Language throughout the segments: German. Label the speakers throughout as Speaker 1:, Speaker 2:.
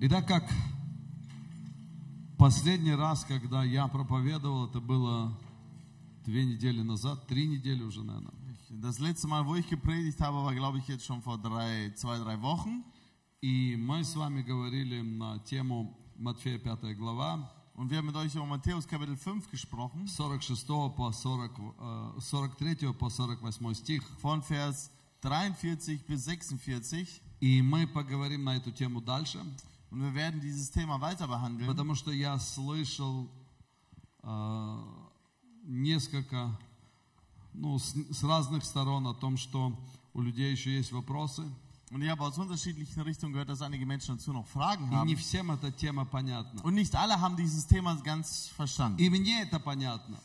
Speaker 1: И так как последний раз, когда я проповедовал, это было две недели назад, три недели уже, наверное.
Speaker 2: Das letzte Mal, wo ich gepredigt habe, war, glaube ich, jetzt schon vor drei, zwei, drei Wochen.
Speaker 1: И мы с вами говорили на тему Матфея 5 глава,
Speaker 2: Und wir haben mit euch über Matthäus Kapitel 5 gesprochen,
Speaker 1: 46 по 40, э, 43 по 48 стих.
Speaker 2: von Vers 43 bis 46.
Speaker 1: И мы поговорим на эту тему дальше,
Speaker 2: Und wir werden dieses Thema weiter behandeln,
Speaker 1: потому что я слышал э, несколько, ну, с, с разных сторон о том, что у людей еще есть вопросы.
Speaker 2: Und ich habe aus unterschiedlichen Richtungen gehört, dass einige Menschen dazu noch Fragen
Speaker 1: И не
Speaker 2: haben.
Speaker 1: всем эта тема понятна.
Speaker 2: Und nicht alle haben dieses Thema ganz verstanden.
Speaker 1: И мне это понятно,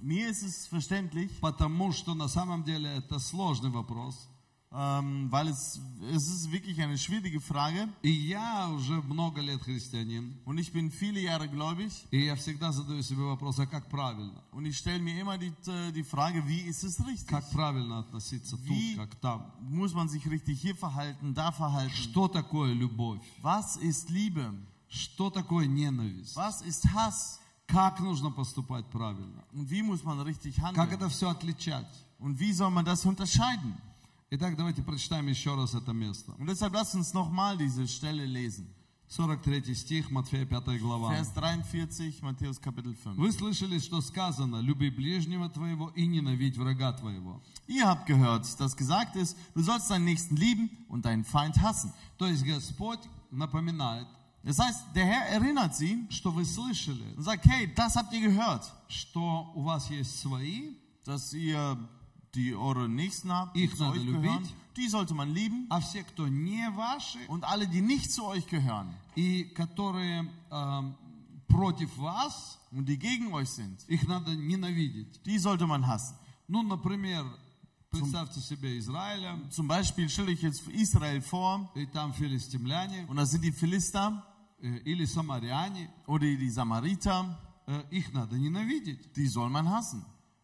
Speaker 2: Mir ist es verständlich,
Speaker 1: потому что на самом деле это сложный вопрос.
Speaker 2: ähm, weil es, es ist wirklich eine schwierige Frage.
Speaker 1: И я уже много лет христианин,
Speaker 2: Und ich bin viele Jahre gläubig
Speaker 1: и я всегда задаю себе вопрос, а как правильно?
Speaker 2: und ich stelle mir immer die, äh, die Frage, wie ist es richtig?
Speaker 1: Как правильно относиться тут,
Speaker 2: Wie-
Speaker 1: как там?
Speaker 2: Muss man sich richtig hier verhalten, da verhalten?
Speaker 1: Что такое любовь?
Speaker 2: Was ist Liebe?
Speaker 1: Что такое ненависть?
Speaker 2: Was ist Hass?
Speaker 1: Как нужно поступать правильно?
Speaker 2: Und wie muss man richtig
Speaker 1: Как это
Speaker 2: handeln?
Speaker 1: все отличать?
Speaker 2: Und wie soll man das unterscheiden?
Speaker 1: Итак, давайте прочитаем еще раз это место.
Speaker 2: Und deshalb lasst uns nochmal diese Stelle lesen.
Speaker 1: 43 стих, Матфея 5 глава.
Speaker 2: Vers 43, Matthäus Kapitel 5.
Speaker 1: Вы слышали, что сказано, люби ближнего твоего и ненавидь врага твоего.
Speaker 2: Ihr habt gehört, dass gesagt ist, du sollst deinen Nächsten lieben und deinen Feind hassen.
Speaker 1: То есть Господь напоминает,
Speaker 2: Das heißt, der Herr erinnert sie
Speaker 1: что вы слышали,
Speaker 2: und sagt, hey, das habt ihr gehört,
Speaker 1: что у вас есть свои,
Speaker 2: dass ihr die eure Nächsten habt, die
Speaker 1: Ich
Speaker 2: zu
Speaker 1: werde
Speaker 2: euch gehören,
Speaker 1: любить.
Speaker 2: die sollte man lieben.
Speaker 1: а все, кто не ваши
Speaker 2: Und alle, die nicht zu euch gehören
Speaker 1: и которые эм, против вас,
Speaker 2: und die gegen euch sind,
Speaker 1: их надо ненавидеть.
Speaker 2: die sollte man hassen.
Speaker 1: Ну, например, представьте себе Израиля,
Speaker 2: Zum Beispiel stelle ich jetzt Israel vor,
Speaker 1: и там филистимляне
Speaker 2: und das sind die Philister
Speaker 1: э, или самаряне,
Speaker 2: oder die Samariter,
Speaker 1: э, их надо ненавидеть.
Speaker 2: die soll man hassen.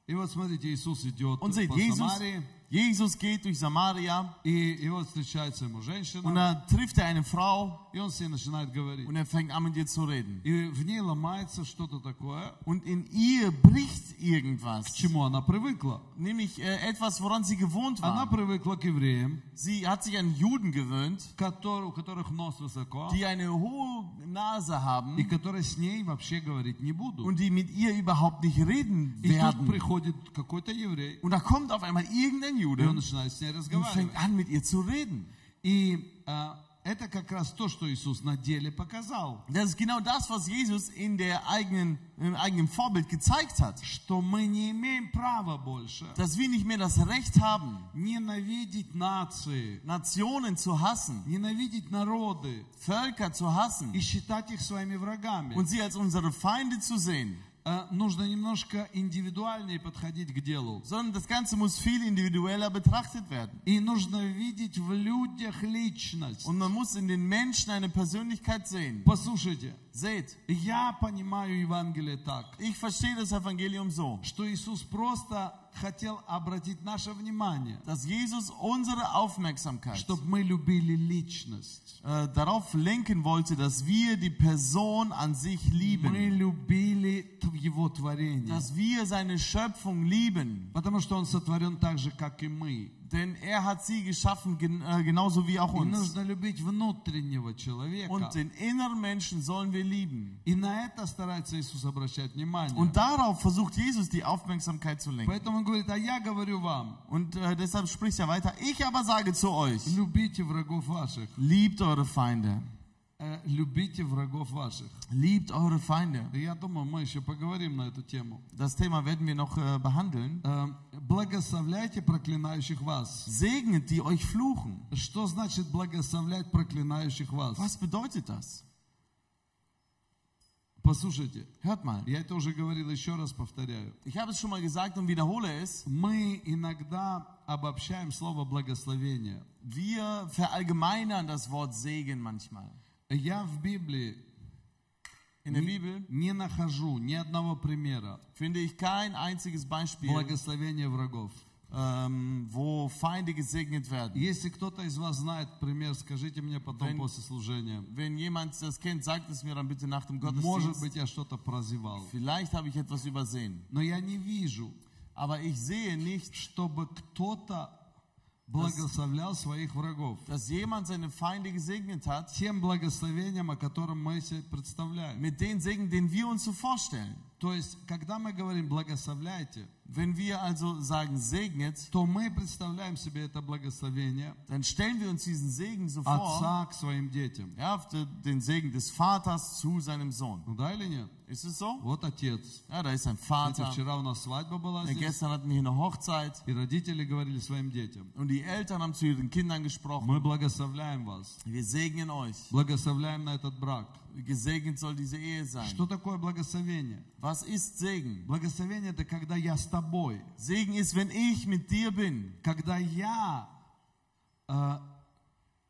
Speaker 1: И вот смотрите, Иисус идет
Speaker 2: Und seht,
Speaker 1: по
Speaker 2: Jesus,
Speaker 1: Самарии,
Speaker 2: Jesus geht durch Samaria
Speaker 1: и, и вот встречается ему
Speaker 2: und
Speaker 1: женщина,
Speaker 2: da trifft er eine Frau
Speaker 1: и он с ней начинает говорить.
Speaker 2: und er fängt an mit ihr zu reden.
Speaker 1: И в ней ломается что-то такое,
Speaker 2: Und in ihr bricht
Speaker 1: к
Speaker 2: irgendwas,
Speaker 1: чему она привыкла.
Speaker 2: nämlich äh, etwas, woran sie gewohnt
Speaker 1: Она
Speaker 2: war.
Speaker 1: привыкла к евреям,
Speaker 2: Sie hat sich an Juden gewöhnt,
Speaker 1: котор- у которых нос высоко,
Speaker 2: die eine hohe Nase
Speaker 1: и
Speaker 2: haben
Speaker 1: которые с ней вообще говорить не будут.
Speaker 2: und die mit ihr überhaupt nicht reden
Speaker 1: И тут
Speaker 2: werden.
Speaker 1: приходит какой-то еврей,
Speaker 2: Und da kommt auf einmal irgendein
Speaker 1: и
Speaker 2: Jude
Speaker 1: он
Speaker 2: und
Speaker 1: начинает с ней
Speaker 2: fängt
Speaker 1: разговаривать.
Speaker 2: an, mit ihr zu reden.
Speaker 1: И а, это как раз то, что Иисус на деле показал,
Speaker 2: Das ist genau das, was Jesus in der eigenen, im eigenen Vorbild gezeigt hat.
Speaker 1: что мы не имеем права больше
Speaker 2: Dass wir nicht mehr das Recht haben,
Speaker 1: ненавидеть нации,
Speaker 2: Nationen zu hassen,
Speaker 1: ненавидеть народы
Speaker 2: Völker zu hassen
Speaker 1: и считать их своими врагами.
Speaker 2: und sie als unsere Feinde zu sehen,
Speaker 1: А, нужно немножко индивидуальнее подходить к делу.
Speaker 2: sondern das Ganze muss viel individueller betrachtet werden.
Speaker 1: И нужно видеть в людях личность.
Speaker 2: Und man muss in den Menschen eine Persönlichkeit sehen.
Speaker 1: Послушайте,
Speaker 2: Seht,
Speaker 1: я понимаю Евангелие так,
Speaker 2: ich verstehe das Evangelium so,
Speaker 1: что Иисус просто хотел обратить наше внимание,
Speaker 2: dass Jesus unsere Aufmerksamkeit
Speaker 1: чтобы мы любили личность.
Speaker 2: äh, darauf lenken wollte, dass wir die Person an sich
Speaker 1: Мы
Speaker 2: lieben,
Speaker 1: любили т- Его творение,
Speaker 2: dass wir seine Schöpfung lieben,
Speaker 1: потому что Он сотворен так же, как и мы.
Speaker 2: denn er hat sie geschaffen gen äh, genauso wie auch
Speaker 1: И
Speaker 2: uns.
Speaker 1: нужно любить внутреннего человека.
Speaker 2: Und den inneren Menschen sollen wir lieben.
Speaker 1: И на это старается Иисус обращать внимание.
Speaker 2: Und darauf versucht Jesus die Aufmerksamkeit zu lenken.
Speaker 1: Поэтому Он говорит, а я говорю вам,
Speaker 2: Und äh, deshalb spricht er weiter, ich aber sage zu euch,
Speaker 1: любите врагов ваших,
Speaker 2: liebt eure Feinde,
Speaker 1: Э, любите врагов ваших.
Speaker 2: liebt eure Feinde.
Speaker 1: И Я думаю, мы еще поговорим на эту тему.
Speaker 2: Das Thema werden wir noch äh, behandeln.
Speaker 1: Э, Благословляйте проклинающих вас.
Speaker 2: Segnet die euch fluchen.
Speaker 1: Что значит благословлять проклинающих вас?
Speaker 2: Was bedeutet das?
Speaker 1: Послушайте,
Speaker 2: Hört mal.
Speaker 1: я это уже говорил, еще раз повторяю.
Speaker 2: Ich habe es schon mal gesagt und wiederhole es.
Speaker 1: Мы иногда обобщаем слово благословение.
Speaker 2: Wir verallgemeinern das Wort Segen manchmal.
Speaker 1: Я в Библии
Speaker 2: In der Bibel
Speaker 1: не нахожу ни одного примера
Speaker 2: finde ich kein einziges Beispiel
Speaker 1: благословения врагов.
Speaker 2: ähm, wo Feinde gesegnet werden.
Speaker 1: Если кто-то из вас знает пример, скажите мне потом
Speaker 2: Wenn-
Speaker 1: после служения.
Speaker 2: Wenn jemand das kennt, sagt es mir dann bitte nach dem
Speaker 1: Может
Speaker 2: Gottesdienst.
Speaker 1: быть, я что-то прозевал.
Speaker 2: Vielleicht habe ich etwas übersehen.
Speaker 1: Но я не вижу,
Speaker 2: Aber ich sehe nicht,
Speaker 1: чтобы кто-то благословлял своих врагов
Speaker 2: dass jemand seine Feinde gesegnet hat
Speaker 1: тем благословением, о котором мы себе представляем.
Speaker 2: mit dem Segen, den wir uns so vorstellen.
Speaker 1: То есть, когда мы говорим «благословляйте»,
Speaker 2: Wenn wir also sagen segnet,
Speaker 1: то мы представляем себе это благословение
Speaker 2: dann stellen wir uns diesen Segen so vor,
Speaker 1: отца к своим детям.
Speaker 2: ja, den Segen des Vaters zu seinem Sohn.
Speaker 1: Ну да или нет?
Speaker 2: Ist es so?
Speaker 1: Вот отец.
Speaker 2: Ja, da ist ein
Speaker 1: Знаете,
Speaker 2: Vater.
Speaker 1: вчера у нас свадьба была
Speaker 2: Ja,
Speaker 1: здесь,
Speaker 2: gestern hatten wir hier eine Hochzeit
Speaker 1: и родители говорили своим детям,
Speaker 2: und die Eltern haben zu ihren Kindern gesprochen.
Speaker 1: мы благословляем вас,
Speaker 2: Wir segnen euch.
Speaker 1: благословляем на этот брак.
Speaker 2: Gesegnet soll diese Ehe sein.
Speaker 1: Что такое благословение?
Speaker 2: Was ist Segen?
Speaker 1: Благословение – это когда я с тобой,
Speaker 2: Segen ist, wenn ich mit dir bin.
Speaker 1: когда я э,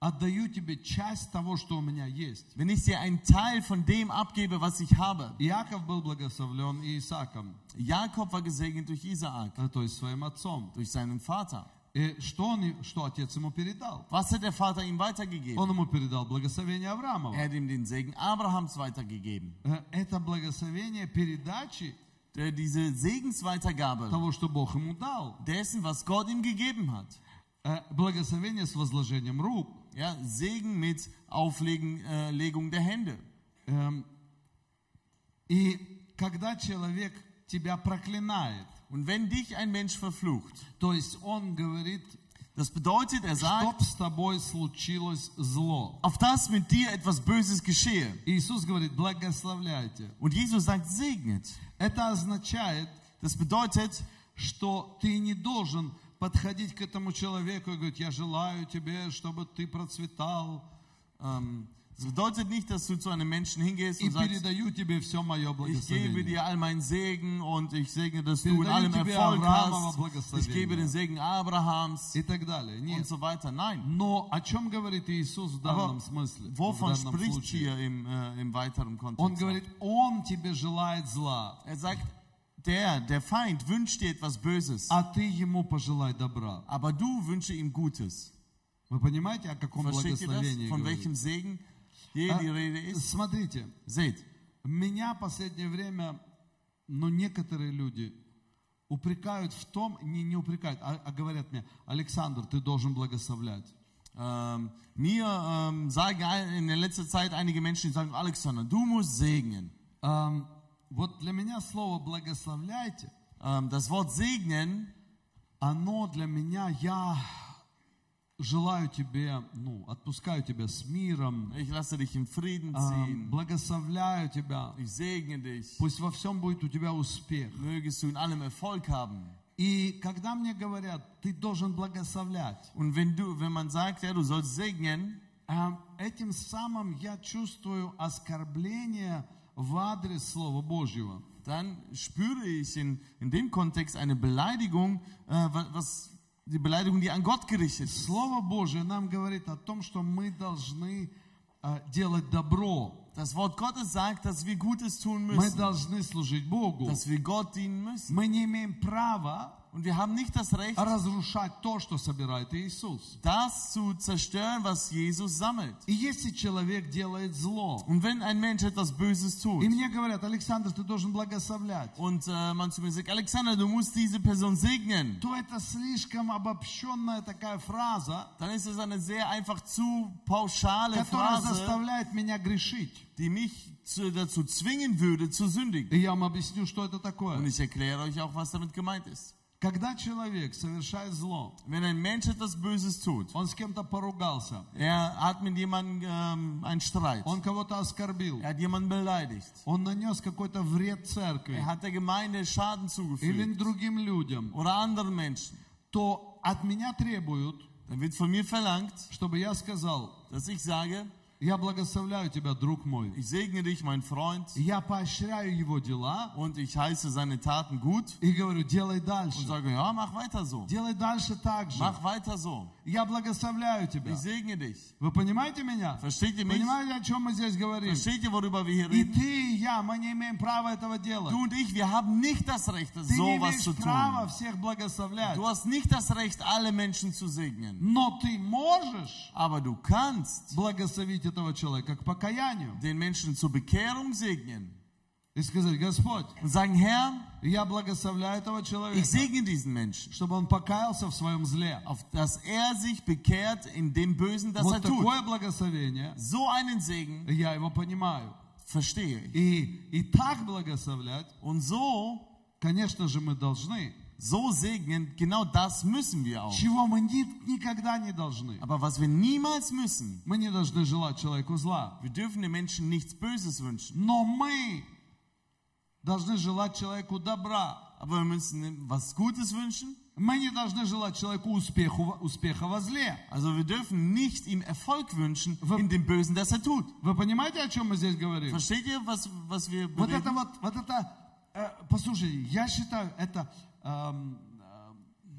Speaker 1: отдаю тебе часть того, что у меня есть.
Speaker 2: Wenn ich dir einen Teil von dem abgebe, was ich habe.
Speaker 1: Иаков был благословлен Исааком,
Speaker 2: Jakob war gesegnet durch Isaak,
Speaker 1: э, то есть своим отцом.
Speaker 2: durch seinen Vater.
Speaker 1: И что, он, что отец ему передал?
Speaker 2: Was hat der Vater ihm weitergegeben?
Speaker 1: Он ему передал благословение Авраамова.
Speaker 2: Er hat ihm den Segen Abrahams weitergegeben.
Speaker 1: Э, Это благословение передачи
Speaker 2: Der, diese Segensweitergabe
Speaker 1: того, что Бог ему дал.
Speaker 2: dessen, was Gott ihm gegeben hat.
Speaker 1: Э, Благословение с возложением рук.
Speaker 2: Ja, Segen mit Auflegung äh, Legung der Hände.
Speaker 1: Эм, И когда человек тебя проклинает,
Speaker 2: Und wenn dich ein Mensch verflucht,
Speaker 1: то есть он говорит,
Speaker 2: das bedeutet, er
Speaker 1: чтоб
Speaker 2: sagt,
Speaker 1: с тобой случилось зло.
Speaker 2: auf das mit dir etwas Böses geschehe.
Speaker 1: Иисус говорит, благословляйте.
Speaker 2: Und Jesus sagt, segnet.
Speaker 1: Это означает,
Speaker 2: Das bedeutet,
Speaker 1: что ты не должен подходить к этому человеку и говорить, я желаю тебе, чтобы ты процветал,
Speaker 2: ähm, das bedeutet nicht, dass du zu einem Menschen hingehst
Speaker 1: и
Speaker 2: und sagst,
Speaker 1: передаю тебе все мое
Speaker 2: ich gebe
Speaker 1: благословение.
Speaker 2: dir all meinen Segen und ich segne, dass du
Speaker 1: Передаю
Speaker 2: in allem
Speaker 1: тебе
Speaker 2: Erfolg
Speaker 1: Авраамова
Speaker 2: hast. Ich
Speaker 1: благословение.
Speaker 2: gebe den Segen Abrahams
Speaker 1: и так далее.
Speaker 2: und
Speaker 1: Нет.
Speaker 2: so weiter. Nein.
Speaker 1: Но о чем говорит Иисус в данном
Speaker 2: Aber
Speaker 1: смысле? В
Speaker 2: Wovon
Speaker 1: данном
Speaker 2: spricht
Speaker 1: случае?
Speaker 2: hier im, äh, im weiteren
Speaker 1: Он
Speaker 2: Kontext?
Speaker 1: говорит, Он тебе желает зла,
Speaker 2: Er sagt, der, der Feind wünscht dir etwas Böses,
Speaker 1: а ты Ему пожелай добра.
Speaker 2: aber du wünsche ihm Gutes.
Speaker 1: Вы понимаете, о каком
Speaker 2: Versteht ihr das?
Speaker 1: благословении
Speaker 2: Von
Speaker 1: говорит?
Speaker 2: welchem Segen Ah. hier die Rede
Speaker 1: А,
Speaker 2: ist?
Speaker 1: Смотрите,
Speaker 2: Seht,
Speaker 1: меня последнее время, ну, некоторые люди упрекают в том, не, не упрекают, а, а говорят мне, Александр, ты должен благословлять.
Speaker 2: ähm, mir ähm, sagen ein- in der letzten Zeit einige Menschen, die sagen, Alexander, du musst segnen.
Speaker 1: Ам, вот для меня слово «благословляйте»
Speaker 2: Ähm, das Wort segnen,
Speaker 1: оно для меня, я желаю тебе, ну, отпускаю тебя с миром,
Speaker 2: ich lasse dich in Frieden
Speaker 1: эм,
Speaker 2: ziehen.
Speaker 1: благословляю тебя,
Speaker 2: Ich segne dich.
Speaker 1: пусть во всем будет у тебя успех.
Speaker 2: Mögest du in allem Erfolg haben.
Speaker 1: И когда мне говорят, ты должен благословлять,
Speaker 2: Und wenn du, wenn man sagt, ja, du sollst segnen,
Speaker 1: эм, этим самым я чувствую оскорбление в адрес Слова Божьего.
Speaker 2: dann spüre ich in, in dem Kontext eine Beleidigung, äh, wa- was die Beleidigung, die an Gott gerichtet ist.
Speaker 1: Слово Божье нам говорит о том, что мы должны э, делать добро,
Speaker 2: Das Wort Gottes sagt, dass wir Gutes tun
Speaker 1: мы
Speaker 2: müssen,
Speaker 1: должны служить Богу.
Speaker 2: dass wir Gott dienen müssen.
Speaker 1: Мы не имеем права
Speaker 2: Und wir haben nicht das Recht,
Speaker 1: разрушать то, что собирает Иисус.
Speaker 2: das zu zerstören, was Jesus sammelt.
Speaker 1: И если человек делает зло,
Speaker 2: Und wenn ein Mensch etwas Böses tut
Speaker 1: и мне говорят, Александр, ты должен благословлять,
Speaker 2: und äh, man zu mir sagt, Alexander, du musst diese Person segnen,
Speaker 1: то это слишком обобщенная такая фраза,
Speaker 2: dann ist es eine sehr einfach zu pauschale
Speaker 1: которая
Speaker 2: Phrase,
Speaker 1: заставляет меня грешить.
Speaker 2: die mich zu, dazu zwingen würde, zu sündigen.
Speaker 1: И я вам объясню, что это
Speaker 2: Und
Speaker 1: такое.
Speaker 2: ich erkläre euch auch, was damit gemeint ist.
Speaker 1: Когда человек совершает zlo,
Speaker 2: Wenn ein Mensch etwas Böses tut,
Speaker 1: он с кем-то поругался,
Speaker 2: er hat mit jemandem ähm, einen Streit,
Speaker 1: он кого-то оскорбил,
Speaker 2: er hat jemanden beleidigt,
Speaker 1: он нанес какой-то вред церкви
Speaker 2: er hat der Gemeinde Schaden
Speaker 1: или
Speaker 2: zugefügt
Speaker 1: другим людям,
Speaker 2: oder anderen Menschen,
Speaker 1: то от меня trебуют,
Speaker 2: dann wird von mir verlangt,
Speaker 1: чтобы я сказал,
Speaker 2: dass ich sage,
Speaker 1: я благословляю тебя, друг мой,
Speaker 2: ich segne dich, mein Freund,
Speaker 1: Я поощряю его дела
Speaker 2: und ich heiße seine Taten gut
Speaker 1: и говорю, делай
Speaker 2: und
Speaker 1: дальше.
Speaker 2: sage, ja, mach weiter so,
Speaker 1: Делай дальше так же.
Speaker 2: mach weiter so.
Speaker 1: Я благословляю тебя.
Speaker 2: Ich segne dich.
Speaker 1: Вы понимаете меня?
Speaker 2: Versteht ihr mich?
Speaker 1: Понимаете, о чем мы здесь говорим?
Speaker 2: Versteht ihr, worüber wir hier
Speaker 1: И
Speaker 2: reden?
Speaker 1: ты, и я, мы не имеем права этого делать.
Speaker 2: Du und ich, wir haben nicht das Recht,
Speaker 1: Ты не
Speaker 2: sowas zu
Speaker 1: имеешь права
Speaker 2: tun.
Speaker 1: всех благословлять.
Speaker 2: Du hast nicht das Recht, alle Menschen zu segnen.
Speaker 1: Но ты можешь
Speaker 2: Aber du kannst
Speaker 1: благословить этого человека к покаянию
Speaker 2: den Menschen zur Bekehrung segnen
Speaker 1: и сказать, Господь,
Speaker 2: und sagen, Herr,
Speaker 1: я благословляю этого
Speaker 2: ich
Speaker 1: человека,
Speaker 2: segne diesen Menschen,
Speaker 1: чтобы он покаялся в своем зле.
Speaker 2: auf dass er sich bekehrt in dem Bösen, das er
Speaker 1: Вот
Speaker 2: tut.
Speaker 1: такое благословение,
Speaker 2: So einen Segen
Speaker 1: я его понимаю.
Speaker 2: verstehe ich.
Speaker 1: И, и так благословлять,
Speaker 2: Und so,
Speaker 1: конечно же, мы должны.
Speaker 2: so segnen, genau das müssen wir auch.
Speaker 1: Чего мы ни- никогда не должны.
Speaker 2: Aber was wir niemals müssen,
Speaker 1: Мы не должны желать человеку зла.
Speaker 2: wir dürfen den Menschen nichts Böses wünschen,
Speaker 1: Но мы должны желать человеку добра.
Speaker 2: aber wir müssen ihm was Gutes wünschen.
Speaker 1: Мы не должны желать человеку успеху, во- успеха во зле.
Speaker 2: Also wir dürfen nicht ihm Erfolg wünschen
Speaker 1: Wir-
Speaker 2: in dem Bösen, das er tut.
Speaker 1: Вы понимаете, о чем мы здесь говорим?
Speaker 2: Versteht ihr, was, was wir
Speaker 1: Вот это
Speaker 2: bereden?
Speaker 1: вот, вот это, э, послушайте, я считаю, это эм, эм,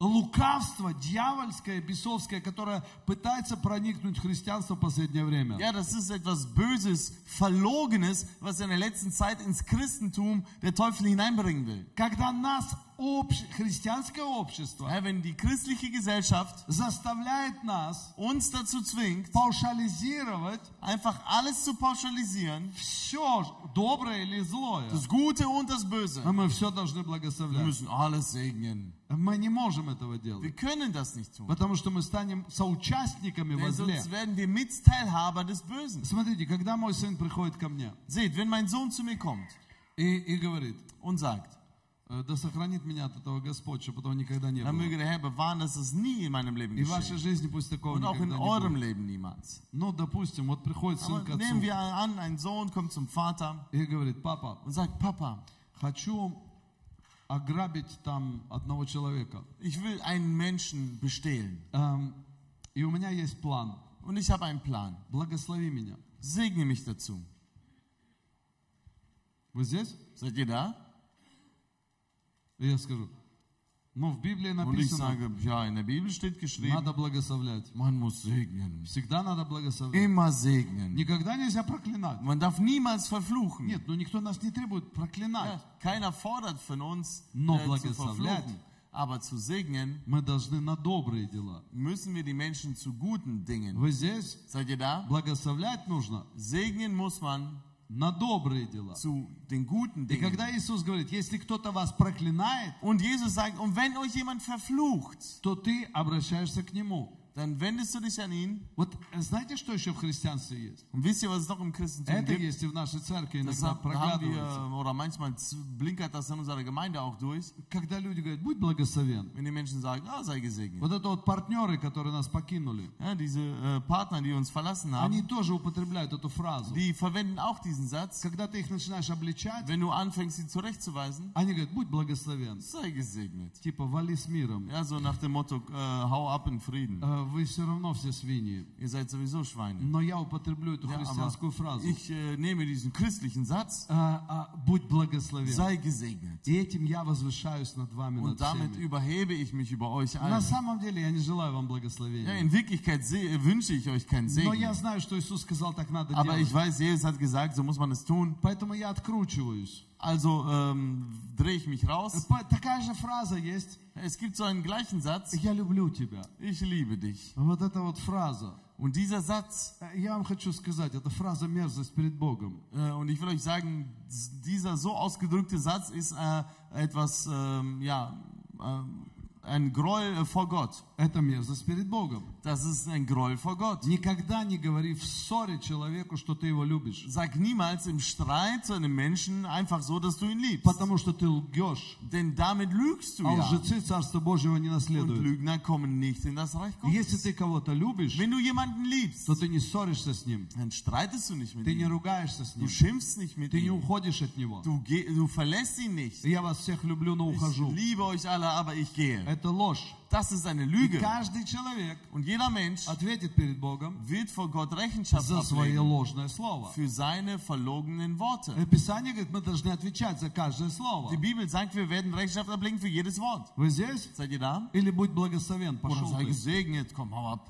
Speaker 1: лукавство дьявольское, бесовское, которое пытается проникнуть в христианство в последнее время.
Speaker 2: Ja, das ist etwas Böses, Verlogenes, was in der letzten Zeit ins Christentum der Teufel hineinbringen will.
Speaker 1: Когда нас общ- христианское общество
Speaker 2: Ja, wenn die christliche Gesellschaft
Speaker 1: заставляет нас
Speaker 2: uns dazu zwingt,
Speaker 1: паушализировать
Speaker 2: einfach alles zu pauschalisieren,
Speaker 1: все доброе или злое,
Speaker 2: das Gute und das
Speaker 1: а
Speaker 2: Böse.
Speaker 1: мы все должны
Speaker 2: Wir
Speaker 1: благословлять.
Speaker 2: müssen alles segnen.
Speaker 1: Мы не можем этого делать,
Speaker 2: Wir können das nicht tun.
Speaker 1: потому что мы станем соучастниками во
Speaker 2: Denn
Speaker 1: зле.
Speaker 2: sonst werden wir Mitteilhaber des Bösen.
Speaker 1: Смотрите, когда мой сын приходит ко мне,
Speaker 2: Seht, wenn mein Sohn zu mir kommt
Speaker 1: И, и говорит,
Speaker 2: und sagt,
Speaker 1: «Э, да сохранит меня от этого Господь, чтобы этого никогда не
Speaker 2: dann möge
Speaker 1: было.
Speaker 2: der Herr bewahren, dass es nie in meinem Leben
Speaker 1: И в вашей
Speaker 2: geschieht.
Speaker 1: жизни пусть такого
Speaker 2: Und auch in
Speaker 1: никогда не
Speaker 2: eurem
Speaker 1: будет.
Speaker 2: Leben niemals.
Speaker 1: Ну, допустим, вот приходит
Speaker 2: Aber
Speaker 1: сын к
Speaker 2: nehmen
Speaker 1: отцу
Speaker 2: wir an, ein Sohn kommt zum Vater
Speaker 1: и говорит, папа,
Speaker 2: und sagt, Papa,
Speaker 1: хочу ограбить там одного человека.
Speaker 2: ich will einen Menschen bestehlen
Speaker 1: Эм, и у меня есть план.
Speaker 2: und ich habe einen Plan.
Speaker 1: Благослови меня.
Speaker 2: Segne mich dazu.
Speaker 1: Вы здесь?
Speaker 2: Seid ihr da?
Speaker 1: И я скажу, ну, в Библии
Speaker 2: Und ich
Speaker 1: написано,
Speaker 2: sage, ja, in der Bibel steht geschrieben,
Speaker 1: надо благословлять.
Speaker 2: man muss segnen.
Speaker 1: Всегда надо благословлять.
Speaker 2: Immer segnen.
Speaker 1: Никогда нельзя проклинать.
Speaker 2: Man darf niemals verfluchen.
Speaker 1: Нет, ну никто нас не требует проклинать.
Speaker 2: Ja, keiner fordert von uns, äh,
Speaker 1: Но
Speaker 2: zu
Speaker 1: благословлять.
Speaker 2: verfluchen, aber zu segnen
Speaker 1: Мы должны на добрые дела.
Speaker 2: müssen wir die Menschen zu guten Dingen.
Speaker 1: Вы здесь?
Speaker 2: Seid ihr da?
Speaker 1: Благословлять нужно
Speaker 2: Segnen muss man
Speaker 1: на добрые дела.
Speaker 2: zu den guten
Speaker 1: И когда
Speaker 2: Dingen.
Speaker 1: Иисус говорит, если кто-то вас проклинает,
Speaker 2: Und Jesus sagt, und wenn euch jemand verflucht,
Speaker 1: то ты обращаешься к Нему.
Speaker 2: dann wendest du dich an ihn.
Speaker 1: Вот э, знаете, что еще в христианстве есть?
Speaker 2: Und wisst ihr, was es noch im Christentum
Speaker 1: Это
Speaker 2: gibt?
Speaker 1: есть и в нашей церкви,
Speaker 2: Das
Speaker 1: иногда
Speaker 2: hab- haben
Speaker 1: проглядывается.
Speaker 2: wir, oder manchmal z- blinkert das in unserer Gemeinde auch durch,
Speaker 1: Когда люди говорят, будь благословен.
Speaker 2: wenn die Menschen sagen, ah, sei gesegnet.
Speaker 1: Вот это вот партнеры, которые нас покинули,
Speaker 2: Ja, diese äh, Partner, die uns verlassen
Speaker 1: они
Speaker 2: haben,
Speaker 1: тоже употребляют эту фразу.
Speaker 2: die verwenden auch diesen Satz.
Speaker 1: Когда ты их начинаешь обличать,
Speaker 2: Wenn du anfängst, sie zurechtzuweisen,
Speaker 1: они говорят, будь благословен.
Speaker 2: sei gesegnet.
Speaker 1: Типа, вали с миром.
Speaker 2: Ja, so nach dem Motto, äh, hau ab in Frieden.
Speaker 1: Э, Вы все равно все свиньи.
Speaker 2: Ihr seid sowieso Schweine.
Speaker 1: Но я употреблю эту
Speaker 2: Ja,
Speaker 1: христианскую
Speaker 2: aber
Speaker 1: фразу.
Speaker 2: ich äh, nehme diesen christlichen Satz,
Speaker 1: А, а, будь благословен.
Speaker 2: sei gesegnet.
Speaker 1: И этим я возвышаюсь над вами, над
Speaker 2: Und damit
Speaker 1: всеми.
Speaker 2: überhebe ich mich über euch
Speaker 1: На
Speaker 2: allen.
Speaker 1: самом деле я не желаю вам
Speaker 2: Ja,
Speaker 1: благословения.
Speaker 2: in Wirklichkeit se- äh, wünsche ich euch keinen
Speaker 1: Но я
Speaker 2: Segen.
Speaker 1: знаю, что Иисус сказал, так надо
Speaker 2: Aber ich
Speaker 1: делать.
Speaker 2: weiß, Jesus hat gesagt, so muss man es tun.
Speaker 1: Поэтому я откручиваюсь.
Speaker 2: Also ähm, drehe ich mich raus.
Speaker 1: По- Такая же фраза есть.
Speaker 2: Es gibt so einen gleichen Satz,
Speaker 1: Я люблю тебя.
Speaker 2: ich liebe dich.
Speaker 1: Вот эта вот фраза.
Speaker 2: Und dieser Satz,
Speaker 1: Э, Я вам хочу сказать, это фраза мерзость перед Богом.
Speaker 2: äh, und ich will euch sagen, s- dieser so ausgedrückte Satz ist äh, etwas, ähm, ja, äh, ein Groll äh, vor Gott.
Speaker 1: Это мерзость перед Богом.
Speaker 2: Das ist ein Groll vor Gott.
Speaker 1: Никогда не говори в ссоре человеку, что ты его любишь.
Speaker 2: Sag niemals im Streit zu einem Menschen einfach so, dass du ihn liebst.
Speaker 1: Потому что ты лгешь.
Speaker 2: Denn damit lügst du
Speaker 1: А
Speaker 2: ja.
Speaker 1: лжецы Царства Божьего не
Speaker 2: Und
Speaker 1: наследуют.
Speaker 2: Lügner kommen nicht in das Reich
Speaker 1: Если
Speaker 2: Gottes.
Speaker 1: ты кого-то любишь,
Speaker 2: Wenn du jemanden liebst,
Speaker 1: то ты не ссоришься с ним,
Speaker 2: dann streitest du nicht mit
Speaker 1: ты не
Speaker 2: ihm.
Speaker 1: ругаешься с
Speaker 2: Du
Speaker 1: ним,
Speaker 2: schimpfst nicht mit
Speaker 1: ты не
Speaker 2: ihm.
Speaker 1: уходишь от него.
Speaker 2: Du, geh, du verlässt ihn nicht.
Speaker 1: Я вас всех люблю, но
Speaker 2: Ich
Speaker 1: ухожу. Äh.
Speaker 2: liebe euch alle, aber ich gehe.
Speaker 1: Это ложь.
Speaker 2: Das ist eine
Speaker 1: И
Speaker 2: Lüge.
Speaker 1: каждый человек
Speaker 2: Und jeder Mensch
Speaker 1: ответит перед Богом
Speaker 2: wird vor Gott Rechenschaft
Speaker 1: за свое
Speaker 2: ablegen
Speaker 1: ложное слово.
Speaker 2: für seine verlogenen Worte.
Speaker 1: Э, Писание говорит, мы должны отвечать за каждое слово.
Speaker 2: Die Bibel sagt, wir werden Rechenschaft ablegen für jedes Wort.
Speaker 1: Вы здесь?
Speaker 2: Seid ihr da?
Speaker 1: Или будь благословен,
Speaker 2: Oder
Speaker 1: пошел
Speaker 2: sei
Speaker 1: ты.
Speaker 2: gesegnet, komm, hau ab.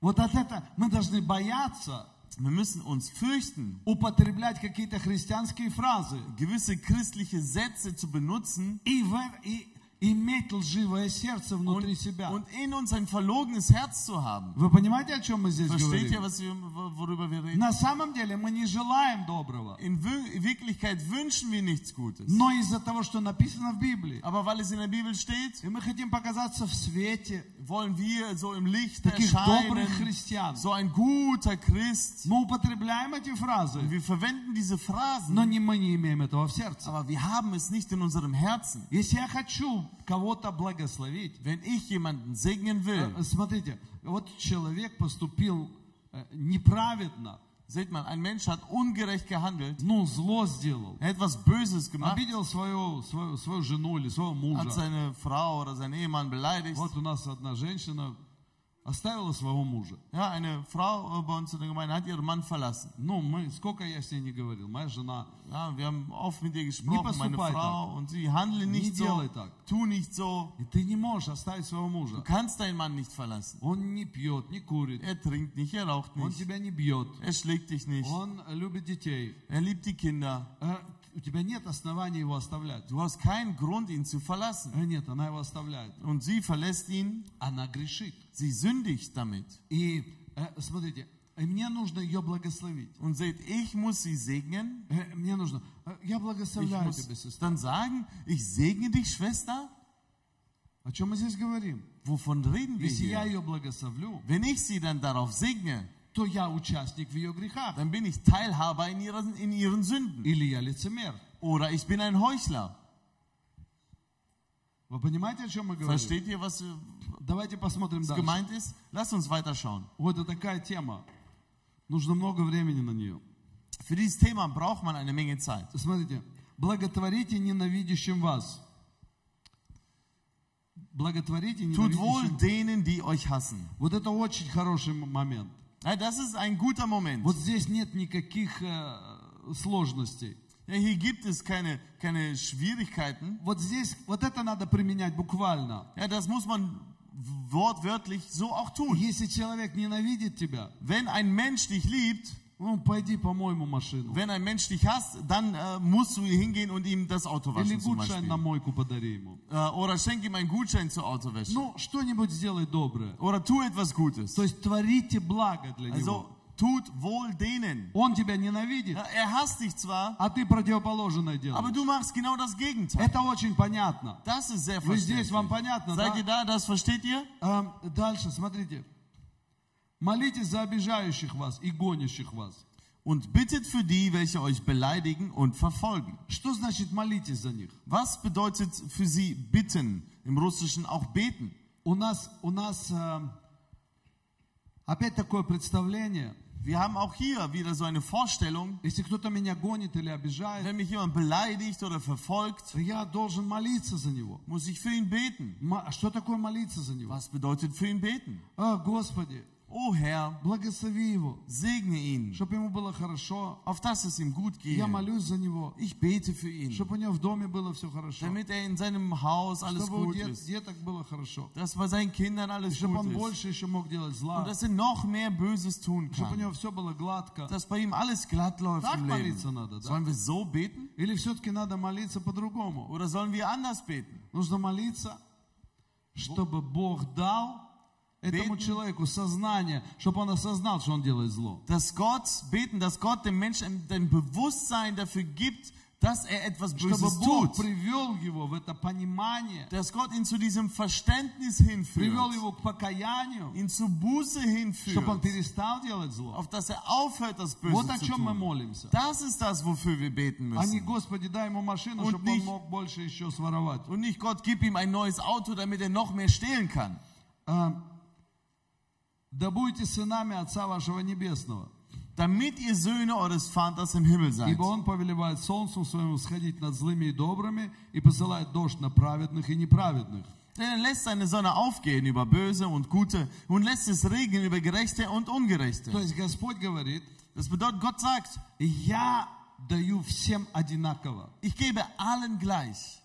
Speaker 1: Вот от этого мы должны бояться
Speaker 2: Wir müssen uns fürchten,
Speaker 1: употреблять какие-то христианские фразы
Speaker 2: gewisse christliche Sätze zu benutzen
Speaker 1: и, в- и иметь лживое сердце
Speaker 2: und,
Speaker 1: внутри себя.
Speaker 2: und in uns ein verlogenes Herz zu haben.
Speaker 1: Вы понимаете, о чем мы здесь
Speaker 2: Versteht ihr,
Speaker 1: говорим?
Speaker 2: was wir, worüber wir reden?
Speaker 1: На самом деле мы не желаем доброго,
Speaker 2: In Wir- Wirklichkeit wünschen wir nichts Gutes.
Speaker 1: но из-за того, что написано в Библии,
Speaker 2: Aber weil es in der Bibel steht,
Speaker 1: и мы хотим показаться в свете
Speaker 2: wollen wir so im Licht
Speaker 1: таких добрых
Speaker 2: erscheinen,
Speaker 1: христиан.
Speaker 2: so ein guter Christ.
Speaker 1: Мы употребляем эти фразы,
Speaker 2: Wir verwenden diese Phrasen,
Speaker 1: но не мы не имеем этого в сердце.
Speaker 2: aber wir haben es nicht in unserem Herzen.
Speaker 1: Если я хочу кого-то благословить,
Speaker 2: Wenn ich jemanden segnen will,
Speaker 1: э, смотрите, вот человек поступил э, неправедно,
Speaker 2: seht man, ein Mensch hat ungerecht gehandelt,
Speaker 1: ну, зло сделал,
Speaker 2: er hat etwas Böses gemacht,
Speaker 1: обидел свою, свою, свою жену или своего
Speaker 2: hat
Speaker 1: мужа.
Speaker 2: seine Frau oder seinen Ehemann beleidigt.
Speaker 1: Вот у нас одна женщина оставила своего мужа.
Speaker 2: Ja, eine Frau äh, bei uns in der Gemeinde hat ihren Mann verlassen.
Speaker 1: Ну, мы, сколько я с ней не говорил, моя жена,
Speaker 2: Ja, wir haben oft mit ihr gesprochen,
Speaker 1: Nie
Speaker 2: meine
Speaker 1: поступай
Speaker 2: Frau, und sie handle
Speaker 1: не
Speaker 2: nicht so,
Speaker 1: делай так.
Speaker 2: tu nicht so.
Speaker 1: И ты не можешь оставить своего
Speaker 2: Du
Speaker 1: мужа.
Speaker 2: kannst deinen Mann nicht verlassen.
Speaker 1: Он не пьет, не курит,
Speaker 2: Er trinkt nicht, er raucht
Speaker 1: он
Speaker 2: nicht,
Speaker 1: тебя не бьет,
Speaker 2: er schlägt dich nicht,
Speaker 1: он любит детей.
Speaker 2: er liebt die Kinder.
Speaker 1: Э, У тебя нет основания его оставлять.
Speaker 2: Du hast keinen Grund, ihn zu
Speaker 1: Э,
Speaker 2: verlassen.
Speaker 1: Нет, она его оставляет.
Speaker 2: Und sie verlässt ihn,
Speaker 1: Она грешит.
Speaker 2: sie sündigt damit.
Speaker 1: И э, смотрите, э, мне нужно ее благословить.
Speaker 2: Und seht, ich muss sie segnen.
Speaker 1: Э, Мне нужно. э, Я
Speaker 2: Ich
Speaker 1: благословляю тебя,
Speaker 2: muss
Speaker 1: сестра.
Speaker 2: dann sagen, ich segne dich, Schwester.
Speaker 1: О чем мы здесь говорим?
Speaker 2: Wovon reden wir
Speaker 1: Если я
Speaker 2: hier?
Speaker 1: ее благословлю,
Speaker 2: Wenn ich sie dann darauf segne,
Speaker 1: то я участник в ее грехах.
Speaker 2: dann bin ich Teilhaber in ihren, in ihren Sünden.
Speaker 1: Или я лицемер.
Speaker 2: Oder ich bin ein Heuchler.
Speaker 1: Вы понимаете, о чем мы говорим?
Speaker 2: Versteht ihr, was äh,
Speaker 1: Давайте посмотрим
Speaker 2: was
Speaker 1: дальше.
Speaker 2: gemeint ist? Lasst uns weiterschauen.
Speaker 1: Вот это такая тема. Нужно много времени на нее.
Speaker 2: Für dieses Thema braucht man eine Menge Zeit.
Speaker 1: Смотрите. Благотворите ненавидящим вас. Благотворите
Speaker 2: Tut wohl
Speaker 1: ненавидящим
Speaker 2: denen, die euch hassen.
Speaker 1: Вот это очень хороший м- момент.
Speaker 2: Ja, das ist ein guter Moment.
Speaker 1: Вот здесь нет никаких э, сложностей.
Speaker 2: Ja, hier gibt es keine, keine Schwierigkeiten.
Speaker 1: Вот здесь, вот это надо применять буквально.
Speaker 2: Ja, das muss man wortwörtlich so auch tun.
Speaker 1: Если человек ненавидит тебя,
Speaker 2: Wenn ein Mensch dich liebt,
Speaker 1: ну, пойди помой ему машину.
Speaker 2: wenn ein Mensch dich hasst, dann äh, musst du hingehen und ihm das Auto
Speaker 1: Или
Speaker 2: waschen zum
Speaker 1: гудшайн
Speaker 2: Beispiel.
Speaker 1: на мойку подари ему.
Speaker 2: Äh, oder schenk ihm einen Gutschein zur Autowäsche.
Speaker 1: Ну, что-нибудь сделай доброе.
Speaker 2: Oder tu etwas Gutes.
Speaker 1: То есть творите благо для
Speaker 2: Also
Speaker 1: него.
Speaker 2: tut wohl denen.
Speaker 1: Он тебя ненавидит,
Speaker 2: Ja, er hasst dich zwar,
Speaker 1: а ты противоположное
Speaker 2: aber
Speaker 1: делаешь.
Speaker 2: du machst genau das Gegenteil.
Speaker 1: Это очень понятно.
Speaker 2: Das ist sehr
Speaker 1: Вы здесь,
Speaker 2: verständlich.
Speaker 1: вам понятно,
Speaker 2: Seid ihr
Speaker 1: да?
Speaker 2: da? Das versteht ihr?
Speaker 1: Эм, Дальше, смотрите. Молитесь за обижающих вас и гонящих вас.
Speaker 2: Und bittet für die, welche euch beleidigen und verfolgen.
Speaker 1: Что значит молитесь за них?
Speaker 2: Was bedeutet für sie bitten? Im Russischen auch beten.
Speaker 1: У нас, у нас э, опять такое представление,
Speaker 2: Wir haben auch hier wieder so eine Vorstellung,
Speaker 1: если кто-то меня гонит или обижает,
Speaker 2: wenn mich jemand beleidigt oder verfolgt,
Speaker 1: то я должен молиться за него.
Speaker 2: muss ich für ihn beten.
Speaker 1: М- а Что такое молиться за него?
Speaker 2: Was bedeutet für ihn beten?
Speaker 1: О, Господи,
Speaker 2: O Herr,
Speaker 1: благослови его,
Speaker 2: segne ihn,
Speaker 1: чтобы ему было хорошо.
Speaker 2: auf dass es ihm gut
Speaker 1: Я
Speaker 2: gehe.
Speaker 1: молюсь за него,
Speaker 2: Ich bete für ihn,
Speaker 1: чтобы у него в доме было все хорошо,
Speaker 2: damit er in seinem Haus alles
Speaker 1: чтобы у
Speaker 2: gut
Speaker 1: дет-
Speaker 2: ist,
Speaker 1: деток было хорошо,
Speaker 2: dass bei seinen Kindern alles
Speaker 1: чтобы он
Speaker 2: gut ist
Speaker 1: больше еще мог делать
Speaker 2: und
Speaker 1: зла,
Speaker 2: dass er noch mehr Böses tun
Speaker 1: чтобы у
Speaker 2: kann,
Speaker 1: него все было гладко.
Speaker 2: dass bei ihm alles glatt läuft
Speaker 1: Так
Speaker 2: im Leben.
Speaker 1: молиться надо, да?
Speaker 2: Sollen wir so beten
Speaker 1: Или все-таки надо молиться по-другому?
Speaker 2: oder sollen wir anders beten?
Speaker 1: Нужно молиться, чтобы Бог дал этому
Speaker 2: Бедный.
Speaker 1: человеку сознание, чтобы он осознал, что он делает зло.
Speaker 2: Dass Gott beten, dass Gott dem Menschen ein, ein Bewusstsein dafür gibt, dass er etwas
Speaker 1: Чтобы
Speaker 2: Böses
Speaker 1: Бог
Speaker 2: tut,
Speaker 1: привел его в это понимание,
Speaker 2: dass Gott ihn zu diesem Verständnis
Speaker 1: привел
Speaker 2: hinführt,
Speaker 1: его к покаянию,
Speaker 2: ihn zu Buße
Speaker 1: чтобы он
Speaker 2: hinführt,
Speaker 1: перестал делать зло.
Speaker 2: auf dass er aufhört, das
Speaker 1: Вот
Speaker 2: Böse
Speaker 1: о
Speaker 2: zu
Speaker 1: чем мы
Speaker 2: tun.
Speaker 1: молимся.
Speaker 2: Das ist das, wofür wir beten
Speaker 1: А не,
Speaker 2: müssen.
Speaker 1: Господи, дай ему машину,
Speaker 2: Und
Speaker 1: чтобы он
Speaker 2: nicht-
Speaker 1: мог больше еще своровать.
Speaker 2: Und nicht Gott, gib ihm ein neues Auto, damit er noch mehr stehlen kann.
Speaker 1: А, да будете сынами Отца вашего Небесного.
Speaker 2: damit ihr Söhne eures Vaters im Himmel seid.
Speaker 1: Ибо Он повелевает солнцу своему сходить над злыми и добрыми и посылает дождь на праведных и неправедных.
Speaker 2: Denn er lässt seine Sonne aufgehen über Böse und Gute und lässt es regnen über Gerechte und
Speaker 1: То
Speaker 2: Ungerechte.
Speaker 1: есть Господь говорит,
Speaker 2: Das bedeutet, Gott sagt,
Speaker 1: я даю всем одинаково.
Speaker 2: ich gebe allen gleich.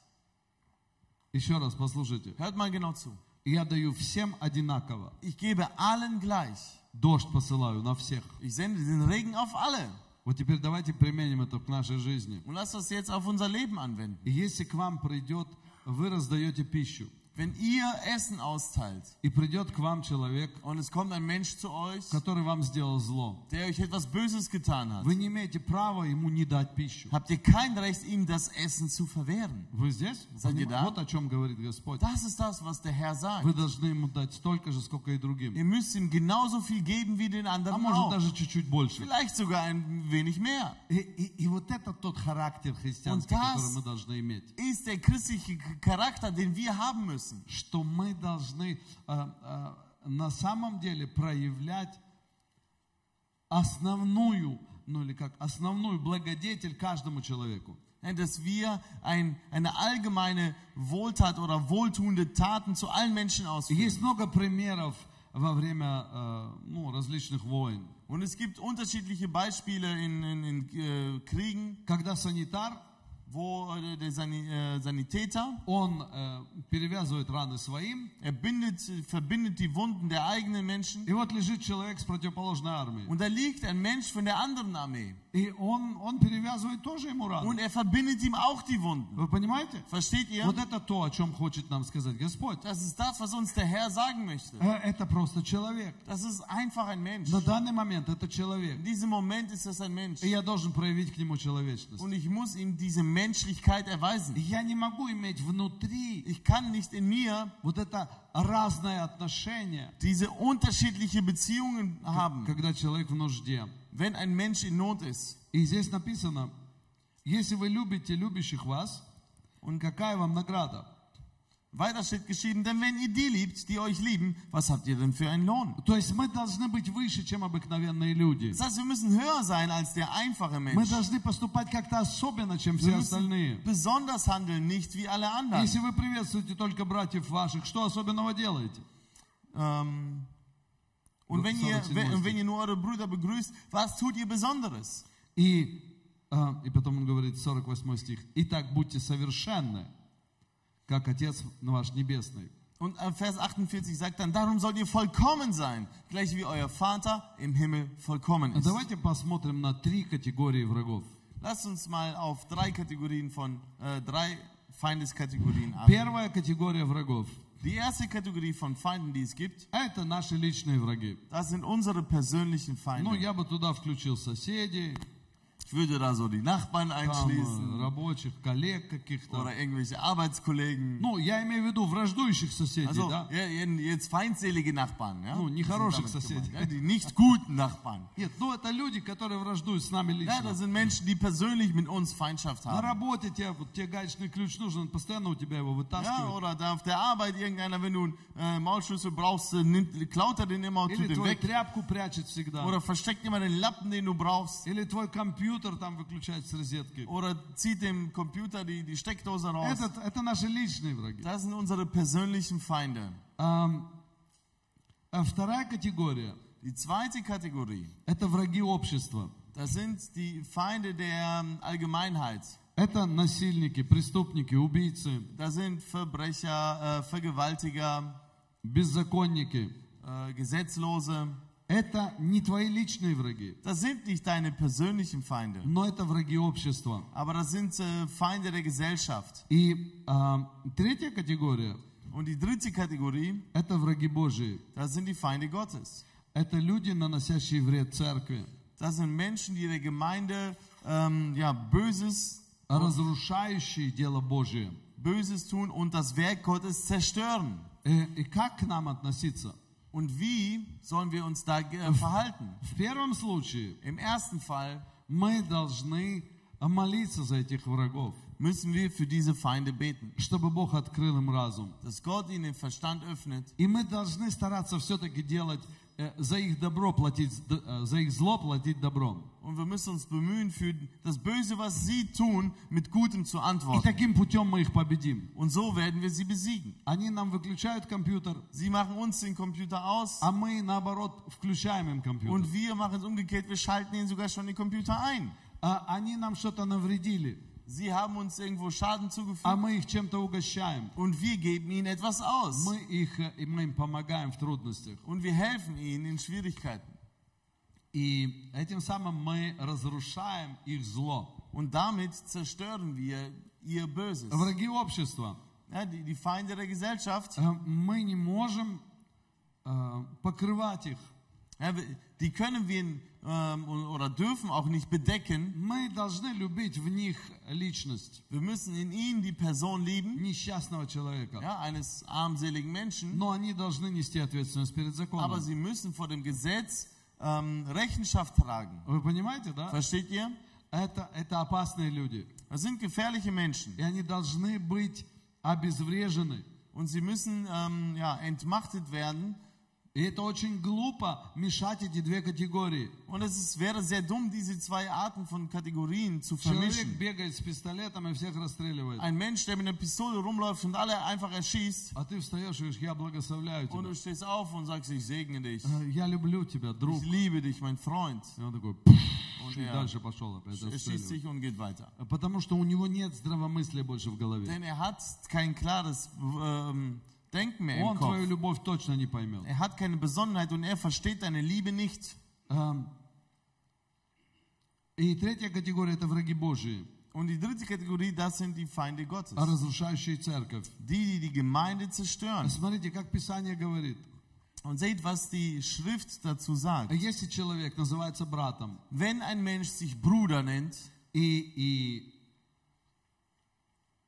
Speaker 1: Еще раз послушайте.
Speaker 2: Hört mal genau zu.
Speaker 1: Я даю всем одинаково.
Speaker 2: Ich gebe allen gleich.
Speaker 1: Дождь посылаю на всех.
Speaker 2: Ich sende den Regen auf alle.
Speaker 1: Вот теперь давайте применим это к нашей жизни.
Speaker 2: Und lass das jetzt auf unser Leben anwenden.
Speaker 1: И Если к вам придет, вы раздаете пищу,
Speaker 2: Wenn ihr Essen austeilt
Speaker 1: и придет к вам человек,
Speaker 2: und es kommt ein Mensch zu euch,
Speaker 1: который вам сделал зло,
Speaker 2: der euch etwas Böses getan hat,
Speaker 1: вы не имеете права ему не дать пищу.
Speaker 2: habt ihr kein Recht, ihm das Essen zu verwehren.
Speaker 1: Вы здесь?
Speaker 2: Кстати, да.
Speaker 1: Вот о чем говорит Господь.
Speaker 2: Das ist das, was der Herr
Speaker 1: Вы
Speaker 2: sagt.
Speaker 1: должны ему дать столько же, сколько и другим.
Speaker 2: Ihr müsst ihm genauso viel geben wie den
Speaker 1: А
Speaker 2: anderen
Speaker 1: может
Speaker 2: auch.
Speaker 1: даже чуть-чуть больше.
Speaker 2: Vielleicht sogar ein wenig mehr.
Speaker 1: И, и- и вот это тот характер христианский,
Speaker 2: Он даст.
Speaker 1: который мы должны иметь.
Speaker 2: Ist der christliche K- Charakter, den wir haben müssen.
Speaker 1: Что мы должны а, а, на самом деле проявлять основную, ну или как, основную благодетель каждому человеку.
Speaker 2: Ja, Ne, Dass wir ein, eine allgemeine Wohltat oder wohltuende Taten zu allen Menschen
Speaker 1: И
Speaker 2: ausführen.
Speaker 1: Есть много примеров во время э, ну, различных войн,
Speaker 2: Und es gibt unterschiedliche Beispiele in, in, in äh, Kriegen,
Speaker 1: когда санитар,
Speaker 2: wo äh, der Sani äh, Sanitäter,
Speaker 1: он э, перевязывает раны своим,
Speaker 2: er bindet, äh, verbindet die Wunden der eigenen Menschen.
Speaker 1: И вот лежит человек с противоположной армии.
Speaker 2: Und da liegt ein Mensch von der anderen Armee.
Speaker 1: И он, он перевязывает тоже ему рану.
Speaker 2: Und er verbindet ihm auch die Wunden.
Speaker 1: Вы понимаете?
Speaker 2: Versteht ihr?
Speaker 1: Вот это то, о чем хочет нам сказать Господь.
Speaker 2: Das ist das, was uns der Herr sagen möchte.
Speaker 1: Э, Это просто человек.
Speaker 2: Das ist einfach ein Mensch.
Speaker 1: На данный момент это человек.
Speaker 2: In diesem Moment ist das ein Mensch.
Speaker 1: И я должен проявить к нему человечность.
Speaker 2: Und ich muss ihm diese Menschlichkeit erweisen.
Speaker 1: Я не могу иметь внутри
Speaker 2: Ich kann nicht in mir
Speaker 1: вот это разное отношение,
Speaker 2: diese unterschiedliche Beziehungen haben,
Speaker 1: когда человек в нужде.
Speaker 2: wenn ein Mensch in Not ist.
Speaker 1: И здесь написано, если вы любите любящих вас, он какая вам награда?
Speaker 2: Weiter steht geschrieben, denn wenn ihr die liebt, die euch lieben, was habt ihr denn für einen Lohn?
Speaker 1: То есть мы должны быть выше, чем обыкновенные люди.
Speaker 2: Das heißt, wir müssen höher sein als der einfache
Speaker 1: Мы
Speaker 2: Mensch.
Speaker 1: должны поступать как-то особенно, чем
Speaker 2: Wir
Speaker 1: все
Speaker 2: müssen
Speaker 1: остальные.
Speaker 2: besonders handeln, nicht wie alle anderen.
Speaker 1: Если вы приветствуете только братьев ваших, что особенного делаете?
Speaker 2: Ähm, und wenn ihr, wenn, und wenn ihr nur eure Brüder begrüßt, was tut ihr Besonderes?
Speaker 1: И, а, и потом он говорит, 48 стих, «Итак, будьте совершенны, как Отец ваш Небесный».
Speaker 2: Und äh, Vers 48 sagt dann, darum sollt ihr vollkommen sein, gleich wie euer Vater im Himmel vollkommen
Speaker 1: А
Speaker 2: ist.
Speaker 1: Давайте посмотрим на три категории врагов.
Speaker 2: Lasst uns mal auf drei Kategorien von, äh, drei Feindeskategorien achten.
Speaker 1: Первая категория врагов
Speaker 2: Die erste Kategorie von Feinden, die es gibt,
Speaker 1: – это наши личные враги.
Speaker 2: das sind unsere persönlichen
Speaker 1: Ну,
Speaker 2: Feinde.
Speaker 1: я бы туда включил соседей,
Speaker 2: Ich würde da so die Nachbarn
Speaker 1: там,
Speaker 2: einschließen
Speaker 1: э, рабочих, коллег каких-то.
Speaker 2: oder irgendwelche Arbeitskollegen.
Speaker 1: Ну, я имею в виду враждующих соседей,
Speaker 2: Also,
Speaker 1: да?
Speaker 2: ja, jetzt feindselige Nachbarn. Ja?
Speaker 1: Ну, нехороших
Speaker 2: Die sind damit
Speaker 1: соседей.
Speaker 2: gemeint, Ja, die nicht guten Nachbarn.
Speaker 1: Нет, ну это люди, которые враждуют с нами
Speaker 2: Ja,
Speaker 1: лично.
Speaker 2: das sind Menschen, die persönlich mit uns Feindschaft
Speaker 1: На
Speaker 2: haben.
Speaker 1: работе тебе, вот, тебе гаечный ключ нужен, он постоянно у тебя его
Speaker 2: Ja,
Speaker 1: вытаскивает.
Speaker 2: oder da auf der Arbeit irgendeiner, wenn du einen äh, Maulschlüssel brauchst, äh, nimmt, klaut er den immer und tut
Speaker 1: Или
Speaker 2: den
Speaker 1: твою
Speaker 2: weg.
Speaker 1: тряпку прячет всегда.
Speaker 2: Oder versteckt immer den Lappen, den du brauchst.
Speaker 1: Или твой компьютер там выключает с розетки.
Speaker 2: Oder zieht dem Computer die, die Steckdose raus.
Speaker 1: Это, это наши личные враги.
Speaker 2: Das sind unsere persönlichen Feinde.
Speaker 1: Ам, а вторая категория
Speaker 2: Die zweite Kategorie,
Speaker 1: – это враги общества.
Speaker 2: das sind die Feinde der ähm, Allgemeinheit.
Speaker 1: Это насильники, преступники, убийцы,
Speaker 2: Das sind Verbrecher, äh, Vergewaltiger,
Speaker 1: беззаконники.
Speaker 2: äh, Gesetzlose.
Speaker 1: Это не твои личные враги,
Speaker 2: Das sind nicht deine persönlichen Feinde,
Speaker 1: но это враги общества.
Speaker 2: aber das sind äh, Feinde der Gesellschaft.
Speaker 1: И а, третья категория
Speaker 2: Und die dritte Kategorie,
Speaker 1: – это враги Божии.
Speaker 2: das sind die Feinde Gottes.
Speaker 1: Это люди, наносящие вред церкви,
Speaker 2: Das sind Menschen, die der Gemeinde ähm, ja, Böses,
Speaker 1: разрушающие дело Божие.
Speaker 2: Böses tun und das Werk Gottes zerstören.
Speaker 1: Э, И как к нам относиться?
Speaker 2: Und wie sollen wir uns da äh, verhalten?
Speaker 1: В первом случае
Speaker 2: Im ersten Fall
Speaker 1: мы должны молиться за этих врагов,
Speaker 2: müssen wir für diese Feinde beten,
Speaker 1: чтобы Бог открыл им разум.
Speaker 2: dass Gott ihnen den Verstand öffnet
Speaker 1: И мы должны стараться все-таки делать э, э, за их добро платить, д- э, за их зло платить добром.
Speaker 2: Und wir müssen uns bemühen, für das Böse, was sie tun, mit Gutem zu
Speaker 1: И
Speaker 2: antworten.
Speaker 1: таким путем мы их победим.
Speaker 2: Und so werden wir sie besiegen.
Speaker 1: Они нам выключают компьютер,
Speaker 2: Sie machen uns den Computer aus
Speaker 1: а мы наоборот включаем им компьютер.
Speaker 2: und wir machen es umgekehrt. Wir schalten ihnen sogar schon den Computer ein.
Speaker 1: А они нам что-то навредили,
Speaker 2: Sie haben uns irgendwo Schaden
Speaker 1: а
Speaker 2: zugefügt
Speaker 1: мы их чем-то угощаем.
Speaker 2: und wir geben ihnen etwas aus.
Speaker 1: Мы их э, и мы им помогаем в трудностях.
Speaker 2: Und wir helfen ihnen in Schwierigkeiten.
Speaker 1: И этим самым мы разрушаем их зло.
Speaker 2: Und damit zerstören wir ihr Böses.
Speaker 1: Враги общества.
Speaker 2: Ja, die, die Feinde der Gesellschaft,
Speaker 1: Э, Мы не можем э, покрывать их.
Speaker 2: ja, wir- die können wir ähm, oder dürfen auch nicht bedecken.
Speaker 1: Мы должны любить в них личность
Speaker 2: Wir müssen in ihnen die Person lieben,
Speaker 1: несчастного человека.
Speaker 2: ja, eines armseligen Menschen,
Speaker 1: Но они должны нести ответственность перед законом.
Speaker 2: aber sie müssen vor dem Gesetz ähm, Rechenschaft tragen.
Speaker 1: Вы понимаете, да?
Speaker 2: Versteht ihr?
Speaker 1: Это, это опасные люди.
Speaker 2: Das sind gefährliche Menschen
Speaker 1: И они должны быть обезврежены.
Speaker 2: und sie müssen ähm, ja, entmachtet werden.
Speaker 1: И это очень глупо мешать эти две категории.
Speaker 2: Und es ist, wäre sehr dumm, diese zwei Arten von Kategorien zu
Speaker 1: Человек
Speaker 2: vermischen.
Speaker 1: бегает с пистолетом и всех расстреливает.
Speaker 2: Ein Mensch, der mit einer Pistole rumläuft und alle einfach erschießt
Speaker 1: А ты встаешь и говоришь, я благословляю
Speaker 2: und
Speaker 1: тебя.
Speaker 2: du stehst auf und sagst, ich segne dich.
Speaker 1: Э, Я люблю тебя, друг.
Speaker 2: Ich liebe dich, mein Freund.
Speaker 1: И он такой, «Пф»,
Speaker 2: Und
Speaker 1: и
Speaker 2: er,
Speaker 1: дальше пошел опять.
Speaker 2: er schießt
Speaker 1: расстреливать. Э,
Speaker 2: sich und geht weiter.
Speaker 1: Потому что у него нет здравомыслия больше в голове.
Speaker 2: Denn er hat kein klares ähm, Denken mehr
Speaker 1: Он
Speaker 2: im
Speaker 1: твою
Speaker 2: Kopf.
Speaker 1: любовь точно не поймет.
Speaker 2: Er hat keine Besonnenheit und er versteht deine Liebe nicht.
Speaker 1: Эм, И третья категория – это враги Божии,
Speaker 2: Und die dritte Kategorie, das sind die Feinde Gottes.
Speaker 1: а Also- разрушающие церковь.
Speaker 2: Die, die die Gemeinde zerstören.
Speaker 1: Смотрите, как Писание говорит. А
Speaker 2: Und seht, was die Schrift dazu sagt.
Speaker 1: Если человек называется братом,
Speaker 2: Wenn ein Mensch sich Bruder nennt
Speaker 1: и, и,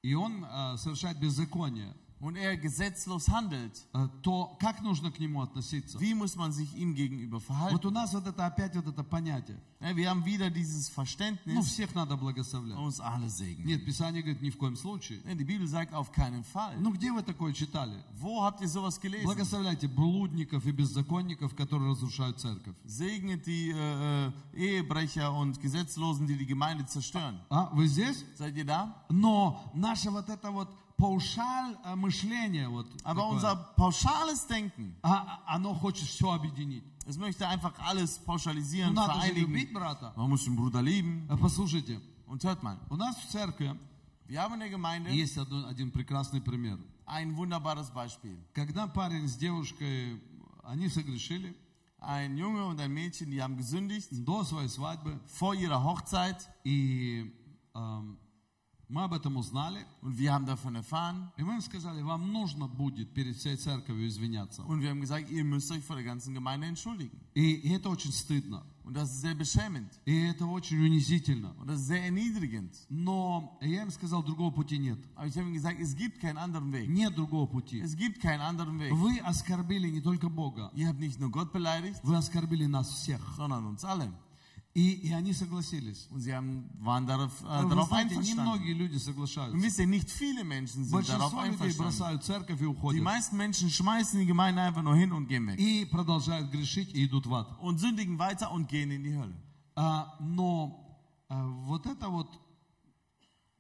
Speaker 1: и он э, совершает беззаконие,
Speaker 2: und er gesetzlos handelt,
Speaker 1: э, то как нужно к нему относиться?
Speaker 2: wie muss man sich ihm gegenüber
Speaker 1: Вот
Speaker 2: verhalten?
Speaker 1: у нас вот это опять вот это понятие.
Speaker 2: Ja, wir haben wieder dieses
Speaker 1: Ну,
Speaker 2: Verständnis,
Speaker 1: всех надо благословлять.
Speaker 2: uns alle segnen.
Speaker 1: Нет, Писание говорит, ни в коем случае.
Speaker 2: Denn die Bibel sagt auf keinen Fall.
Speaker 1: Ну, где вы такое читали?
Speaker 2: Wo habt ihr sowas gelesen?
Speaker 1: Благословляйте блудников и беззаконников, которые разрушают церковь.
Speaker 2: Segnet die äh, äh, Ehebrecher und Gesetzlosen, die die Gemeinde zerstören.
Speaker 1: А, вы здесь?
Speaker 2: Seid ihr da?
Speaker 1: Но наше вот это вот паушаль э, мышление, вот
Speaker 2: Aber
Speaker 1: такое,
Speaker 2: unser pauschales Denken,
Speaker 1: а- а- оно хочет все объединить.
Speaker 2: es möchte einfach alles
Speaker 1: Ну,
Speaker 2: pauschalisieren,
Speaker 1: надо же любить
Speaker 2: vereinigen.
Speaker 1: брата.
Speaker 2: Man muss den Bruder lieben.
Speaker 1: А, Послушайте,
Speaker 2: Und hört mal,
Speaker 1: у нас в церкви
Speaker 2: wir haben in der Gemeinde
Speaker 1: есть одно- один прекрасный пример.
Speaker 2: ein wunderbares Beispiel.
Speaker 1: Когда парень с девушкой, они согрешили
Speaker 2: Ein Junge und ein Mädchen, die haben gesündigt
Speaker 1: до своей свадьбы,
Speaker 2: vor ihrer Hochzeit
Speaker 1: и эм, мы об этом узнали,
Speaker 2: und wir haben davon erfahren.
Speaker 1: и мы им сказали, вам нужно будет перед всей церковью извиняться.
Speaker 2: Und wir haben gesagt, ihr müsst euch vor der ganzen Gemeinde entschuldigen.
Speaker 1: И, и это очень стыдно,
Speaker 2: Und das ist sehr beschämend
Speaker 1: и это очень унизительно.
Speaker 2: und das ist sehr erniedrigend.
Speaker 1: Но я им сказал, другого пути нет.
Speaker 2: Aber ich habe ihm gesagt, es gibt keinen anderen Weg.
Speaker 1: Нет другого пути.
Speaker 2: Es gibt keinen anderen Weg.
Speaker 1: Вы оскорбили не только Бога,
Speaker 2: Ihr habt nicht nur Gott beleidigt,
Speaker 1: вы оскорбили нас всех.
Speaker 2: sondern uns alle.
Speaker 1: И, и они согласились.
Speaker 2: Und sie haben, waren darauf, äh,
Speaker 1: Вы
Speaker 2: darauf
Speaker 1: знаете,
Speaker 2: einverstanden.
Speaker 1: немногие люди
Speaker 2: Und
Speaker 1: соглашаются.
Speaker 2: wisst ihr, nicht viele Menschen sind darauf
Speaker 1: Большинство людей
Speaker 2: einverstanden.
Speaker 1: бросают церковь и
Speaker 2: Die
Speaker 1: уходят.
Speaker 2: meisten Menschen schmeißen die Gemeinde einfach nur hin und gehen weg.
Speaker 1: И продолжают грешить и идут в ад.
Speaker 2: Und sündigen weiter und gehen in die Hölle.
Speaker 1: А, но а, вот эта вот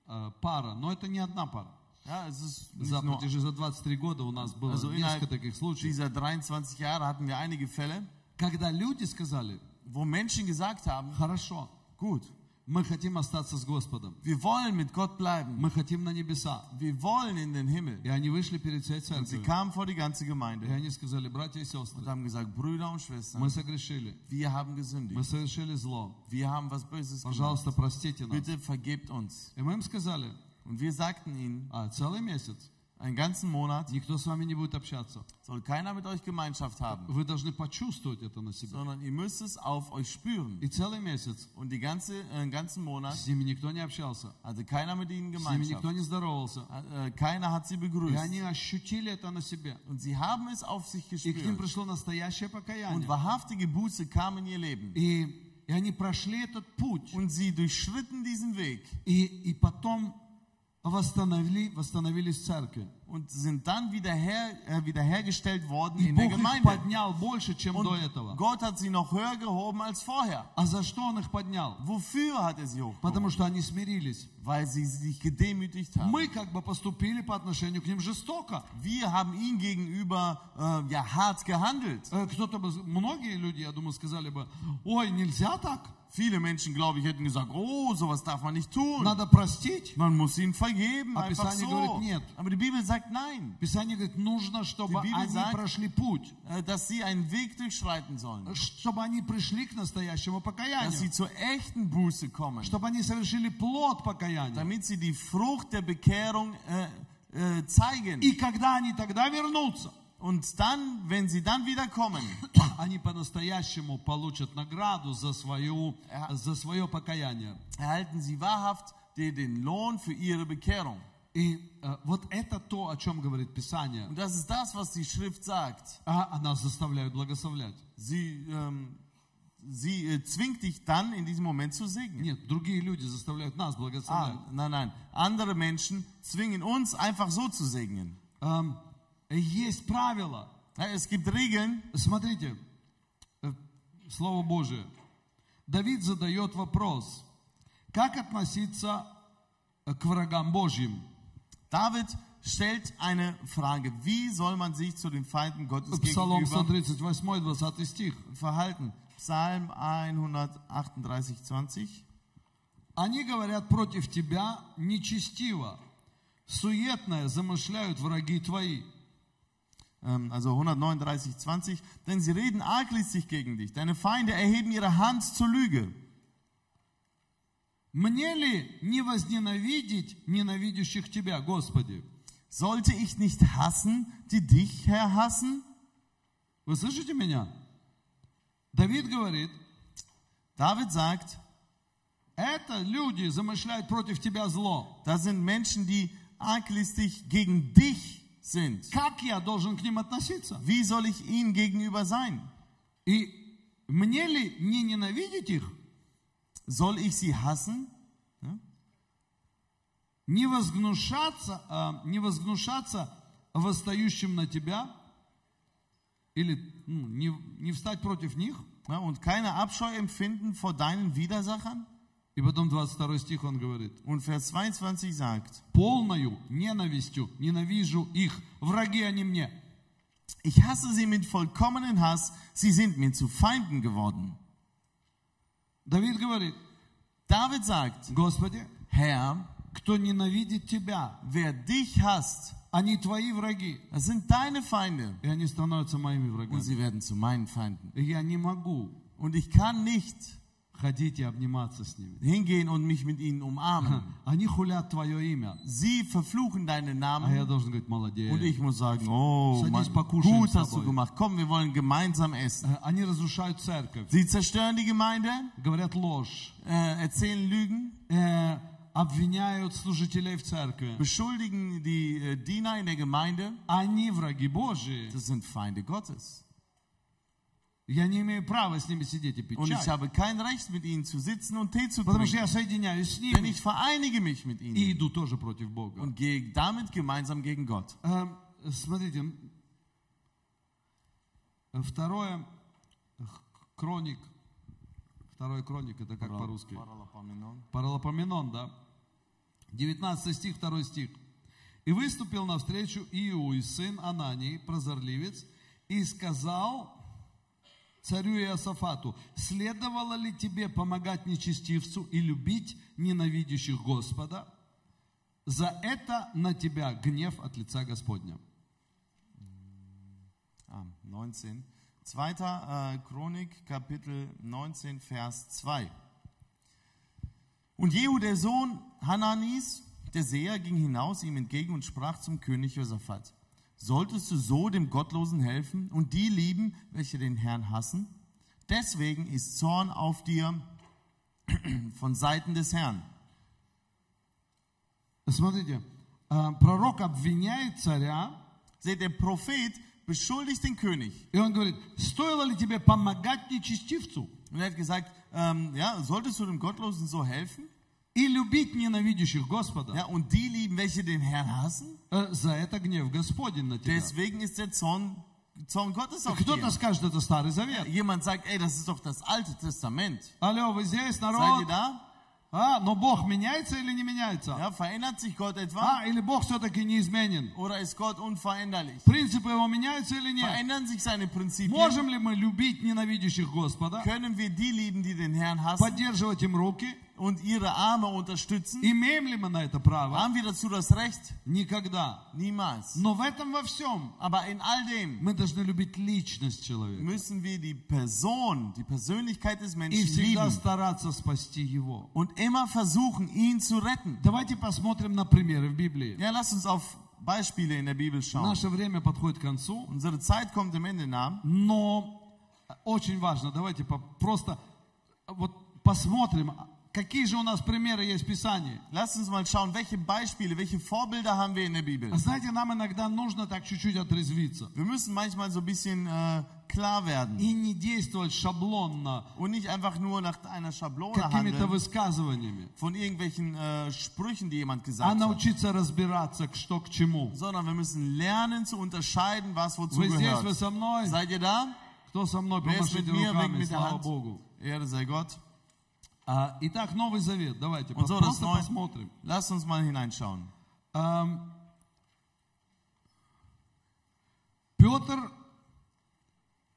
Speaker 1: а, пара, но это не одна пара.
Speaker 2: Ja, es ist nicht
Speaker 1: За,
Speaker 2: nur
Speaker 1: протяжи- за 23 года у нас было
Speaker 2: Also
Speaker 1: несколько
Speaker 2: innerhalb
Speaker 1: таких случаев,
Speaker 2: dieser 23 Jahre hatten wir einige Fälle,
Speaker 1: когда люди сказали,
Speaker 2: wo Menschen gesagt haben,
Speaker 1: хорошо,
Speaker 2: gut,
Speaker 1: мы хотим остаться с Господом,
Speaker 2: wir wollen mit Gott bleiben.
Speaker 1: мы хотим на небеса.
Speaker 2: Wir wollen in den Himmel.
Speaker 1: И они вышли перед всей
Speaker 2: Und sie
Speaker 1: церковью.
Speaker 2: kamen vor die ganze
Speaker 1: И
Speaker 2: Gemeinde
Speaker 1: они сказали, братья и
Speaker 2: und
Speaker 1: сестры,
Speaker 2: haben gesagt, Brüder und Schwestern,
Speaker 1: мы согрешили,
Speaker 2: wir haben gesündigt.
Speaker 1: мы совершили зло.
Speaker 2: Wir haben was Böses gemacht.
Speaker 1: Пожалуйста, простите нас.
Speaker 2: Bitte vergebt uns.
Speaker 1: И мы им сказали,
Speaker 2: Und wir sagten ihnen,
Speaker 1: а целый месяц
Speaker 2: einen ganzen Monat
Speaker 1: никто с вами не будет общаться.
Speaker 2: soll keiner mit euch Gemeinschaft haben,
Speaker 1: Вы должны почувствовать это на себе.
Speaker 2: sondern ihr müsst es auf euch spüren.
Speaker 1: И целый месяц
Speaker 2: Und die ganze, äh, einen ganzen
Speaker 1: с
Speaker 2: Monat
Speaker 1: ними никто не общался,
Speaker 2: hatte keiner mit
Speaker 1: с
Speaker 2: ihnen
Speaker 1: ними
Speaker 2: Gemeinschaft.
Speaker 1: никто не здоровался.
Speaker 2: Äh, äh, Keiner hat sie
Speaker 1: И
Speaker 2: begrüßt.
Speaker 1: они ощутили это на себе.
Speaker 2: Und sie haben es auf sich
Speaker 1: И к ним
Speaker 2: gespürt.
Speaker 1: пришло настоящее
Speaker 2: Und
Speaker 1: покаяние.
Speaker 2: wahrhaftige Buße kam in ihr Leben.
Speaker 1: И, и они прошли этот путь.
Speaker 2: Und sie durchschritten diesen Weg.
Speaker 1: И, и потом восстановили, восстановились в церкви.
Speaker 2: und sind dann wiederher, äh, wiederhergestellt worden
Speaker 1: И
Speaker 2: in der
Speaker 1: Бог их
Speaker 2: Gemeinde.
Speaker 1: поднял больше, чем
Speaker 2: Und
Speaker 1: до этого.
Speaker 2: Gott hat sie noch höher gehoben als vorher.
Speaker 1: А за что Он их поднял?
Speaker 2: Wofür hat er sie hochgehoben?
Speaker 1: Потому что они смирились.
Speaker 2: Weil sie sich gedemütigt haben.
Speaker 1: Мы как бы поступили по отношению к ним жестоко.
Speaker 2: Wir haben ihm gegenüber äh, ja, hart gehandelt.
Speaker 1: Э, Кто-то бы, многие люди, я думаю, сказали бы, ой, нельзя так,
Speaker 2: Viele Menschen, glaube ich, hätten gesagt, oh, sowas darf man nicht tun.
Speaker 1: надо простить.
Speaker 2: Man muss ihn vergeben,
Speaker 1: Aber
Speaker 2: einfach
Speaker 1: Pisani
Speaker 2: so.
Speaker 1: говорит, нет.
Speaker 2: Aber die Bibel sagt nein,
Speaker 1: Писание говорит, нужно, чтобы
Speaker 2: Ты Библию
Speaker 1: они
Speaker 2: знай.
Speaker 1: прошли путь,
Speaker 2: äh, dass sie einen Weg durchschreiten sollen.
Speaker 1: чтобы они пришли к настоящему
Speaker 2: Dass sie
Speaker 1: покаянию,
Speaker 2: zur echten Buße kommen.
Speaker 1: чтобы они совершили плод покаяния.
Speaker 2: Damit sie die Frucht der Bekehrung äh, äh, zeigen.
Speaker 1: И когда они тогда вернутся,
Speaker 2: Und dann, wenn sie dann wiederkommen,
Speaker 1: они по-настоящему получат награду за, свою,
Speaker 2: Ага.
Speaker 1: за свое покаяние.
Speaker 2: erhalten sie wahrhaft den, den Lohn für ihre Bekehrung.
Speaker 1: И э, вот это то, о чем говорит Писание.
Speaker 2: Und das ist das, was die Schrift sagt.
Speaker 1: А, а нас заставляют благословлять.
Speaker 2: Sie, ähm, sie äh, zwingt dich dann in diesem Moment zu segnen.
Speaker 1: Нет, другие люди zastavljaju nas
Speaker 2: Ah,
Speaker 1: blagoslovljati.
Speaker 2: nein, nein. Andere Menschen zwingen uns einfach so zu segnen.
Speaker 1: Ам, Эм, есть правила.
Speaker 2: Ja, es gibt Regeln.
Speaker 1: Смотрите, э, Слово Божие. Давид задает вопрос, как относиться э, к врагам Божьим?
Speaker 2: David stellt eine Frage. Wie soll man sich zu den Feinden Gottes
Speaker 1: Псалом
Speaker 2: gegenüber
Speaker 1: 138, 20 стих.
Speaker 2: verhalten? Psalm 138, 20.
Speaker 1: Они говорят против тебя нечестиво, суетное замышляют враги твои.
Speaker 2: Ähm, Also 139, 20. Denn sie reden arglistig gegen dich. Deine Feinde erheben ihre Hand zur Lüge.
Speaker 1: Мне ли не возненавидеть ненавидящих тебя, Господи?
Speaker 2: Sollte ich nicht hassen, die dich, Herr, hassen?
Speaker 1: Вы слышите меня? David говорит,
Speaker 2: David sagt,
Speaker 1: это люди замышляют против тебя зло.
Speaker 2: da sind Menschen, die arglistig gegen dich sind.
Speaker 1: Как я должен к ним относиться?
Speaker 2: Wie soll ich ihnen gegenüber sein?
Speaker 1: И мне ли не ненавидеть их,
Speaker 2: Soll ich sie hassen?
Speaker 1: не возгнушаться, а, не возгнушаться восстающим на тебя? Или ну, не, не встать против них?
Speaker 2: Ja, und keine Abscheu empfinden vor deinen Widersachern?
Speaker 1: И потом 22 стих он говорит.
Speaker 2: Und Vers 22 sagt,
Speaker 1: Полною ненавистью ненавижу их. Враги они мне.
Speaker 2: ich hasse sie mit vollkommenen Hass, sie sind mir zu Feinden geworden.
Speaker 1: Давид говорит,
Speaker 2: David sagt,
Speaker 1: Господи,
Speaker 2: Herr,
Speaker 1: кто ненавидит тебя,
Speaker 2: wer dich hasst,
Speaker 1: Они твои враги,
Speaker 2: das sind deine Feinde.
Speaker 1: и они становятся моими
Speaker 2: Und
Speaker 1: врагами.
Speaker 2: sie werden zu meinen Feinden.
Speaker 1: И я не могу
Speaker 2: Und ich kann nicht
Speaker 1: ходить и обниматься с ними.
Speaker 2: hingehen und mich mit ihnen umarmen.
Speaker 1: Они хулят твое имя.
Speaker 2: Sie verfluchen deinen
Speaker 1: А
Speaker 2: Namen.
Speaker 1: я должен говорить, молодец.
Speaker 2: Und ich muss sagen, oh,
Speaker 1: Sag
Speaker 2: Mann,
Speaker 1: nicht, Bakusche
Speaker 2: gut
Speaker 1: ist
Speaker 2: hast du
Speaker 1: dabei.
Speaker 2: gemacht. Komm, wir wollen gemeinsam essen.
Speaker 1: Э, Они разрушают церковь,
Speaker 2: Sie zerstören die Gemeinde,
Speaker 1: говорят ложь,
Speaker 2: äh, erzählen Lügen,
Speaker 1: э, обвиняют служителей в церкви.
Speaker 2: beschuldigen die äh, Diener in der Gemeinde.
Speaker 1: Они враги Божии.
Speaker 2: Das sind Feinde Gottes.
Speaker 1: Я не имею права с ними сидеть и пить
Speaker 2: Und ich
Speaker 1: чай,
Speaker 2: habe kein Recht, mit ihnen zu sitzen und Tee zu
Speaker 1: потому что я
Speaker 2: trinken.
Speaker 1: соединяюсь с
Speaker 2: Denn
Speaker 1: ними
Speaker 2: ich vereinige mich mit
Speaker 1: и
Speaker 2: ihnen
Speaker 1: иду тоже против Бога.
Speaker 2: und gehe damit gemeinsam gegen Gott.
Speaker 1: Эм, Смотрите, м, второе, х- Хроник, второй Хроник, это как по-русски? Паралапоменон, да. 19 стих, 2 стих. «И выступил навстречу Иуи, сын Ананий, прозорливец, и сказал царю Иосафату, следовало ли тебе помогать нечестивцу и любить ненавидящих Господа? За это на тебя гнев от лица Господня».
Speaker 2: Ah, 19. Zweiter äh, Chronik, Kapitel 19, Vers 2. Und Jehu, der Sohn Hananis, der Seher, ging hinaus ihm entgegen und sprach zum König Josaphat: Solltest du so dem Gottlosen helfen und die lieben, welche den Herrn hassen? Deswegen ist Zorn auf dir von Seiten des Herrn.
Speaker 1: Смотрите, а, пророк обвиняет царя,
Speaker 2: Seht, der Prophet beschuldigt den König.
Speaker 1: и он говорит, стоило ли тебе помогать нечестивцу?
Speaker 2: Und er hat gesagt: ähm, Ja, solltest du dem Gottlosen so helfen?
Speaker 1: и любить ненавидящих Господа.
Speaker 2: Ja, und die lieben, welche den Herrn hassen.
Speaker 1: Э, За это гнев Господень на тебя. Ну,
Speaker 2: Deswegen ist der Zorn, Zorn Gottes auf
Speaker 1: Кто-то
Speaker 2: dir.
Speaker 1: скажет, это Старый Завет.
Speaker 2: Jemand sagt, ey, das ist doch das Alte Testament.
Speaker 1: Алло, вы здесь,
Speaker 2: Seid ihr
Speaker 1: народ?
Speaker 2: da?
Speaker 1: А, но Бог меняется или не меняется?
Speaker 2: Ja, verändert sich Gott etwa?
Speaker 1: А, или Бог все-таки неизменен?
Speaker 2: Oder ist Gott unveränderlich?
Speaker 1: Принципы его меняются или нет?
Speaker 2: Verändern sich seine Prinzipien?
Speaker 1: Можем ли мы любить ненавидящих Господа,
Speaker 2: Können wir die lieben, die den Herrn hassen
Speaker 1: поддерживать им руки?
Speaker 2: und ihre Arme unterstützen?
Speaker 1: Имеем ли мы на это право?
Speaker 2: Haben wir dazu das Recht?
Speaker 1: Никогда.
Speaker 2: Niemals.
Speaker 1: Но в этом во всем
Speaker 2: Aber in all dem
Speaker 1: мы должны любить личность человека
Speaker 2: müssen wir die Person, die Persönlichkeit des
Speaker 1: и
Speaker 2: Menschen
Speaker 1: всегда
Speaker 2: lieben
Speaker 1: стараться spасти его.
Speaker 2: und immer versuchen, ihn zu retten.
Speaker 1: Давайте посмотрим на примеры в Библии.
Speaker 2: Ja, lass uns auf Beispiele in der Bibel schauen.
Speaker 1: Наше время подходит к концу,
Speaker 2: Unsere Zeit kommt dem Ende nahe.
Speaker 1: но очень важно, давайте по- просто вот посмотрим, какие же у нас примеры есть в Писании.
Speaker 2: Lass uns mal schauen, welche Beispiele, welche Vorbilder haben wir in der Bibel.
Speaker 1: А Знаете, нам иногда нужно так чуть-чуть отрезвиться
Speaker 2: Wir müssen manchmal so ein bisschen äh, klar werden
Speaker 1: и не действовать шаблонно
Speaker 2: und nicht einfach nur nach einer Schablone
Speaker 1: какими-то
Speaker 2: handeln
Speaker 1: высказываниями,
Speaker 2: von irgendwelchen äh, Sprüchen, die jemand
Speaker 1: а
Speaker 2: gesagt hat,
Speaker 1: научиться разбираться, что к чему.
Speaker 2: sondern wir müssen lernen zu unterscheiden, was wozu
Speaker 1: Вы здесь, вы
Speaker 2: gehört.
Speaker 1: со мной?
Speaker 2: Seid ihr da?
Speaker 1: Кто со мной?
Speaker 2: Wer ist
Speaker 1: Помашите
Speaker 2: mit mir? Weg
Speaker 1: руками,
Speaker 2: mit der
Speaker 1: слава
Speaker 2: Hand.
Speaker 1: Богу.
Speaker 2: Ehre sei Gott.
Speaker 1: А, Итак, Новый Завет, давайте
Speaker 2: Und so das
Speaker 1: просто
Speaker 2: Neue.
Speaker 1: посмотрим.
Speaker 2: Lasst uns mal hineinschauen.
Speaker 1: Ам, Петр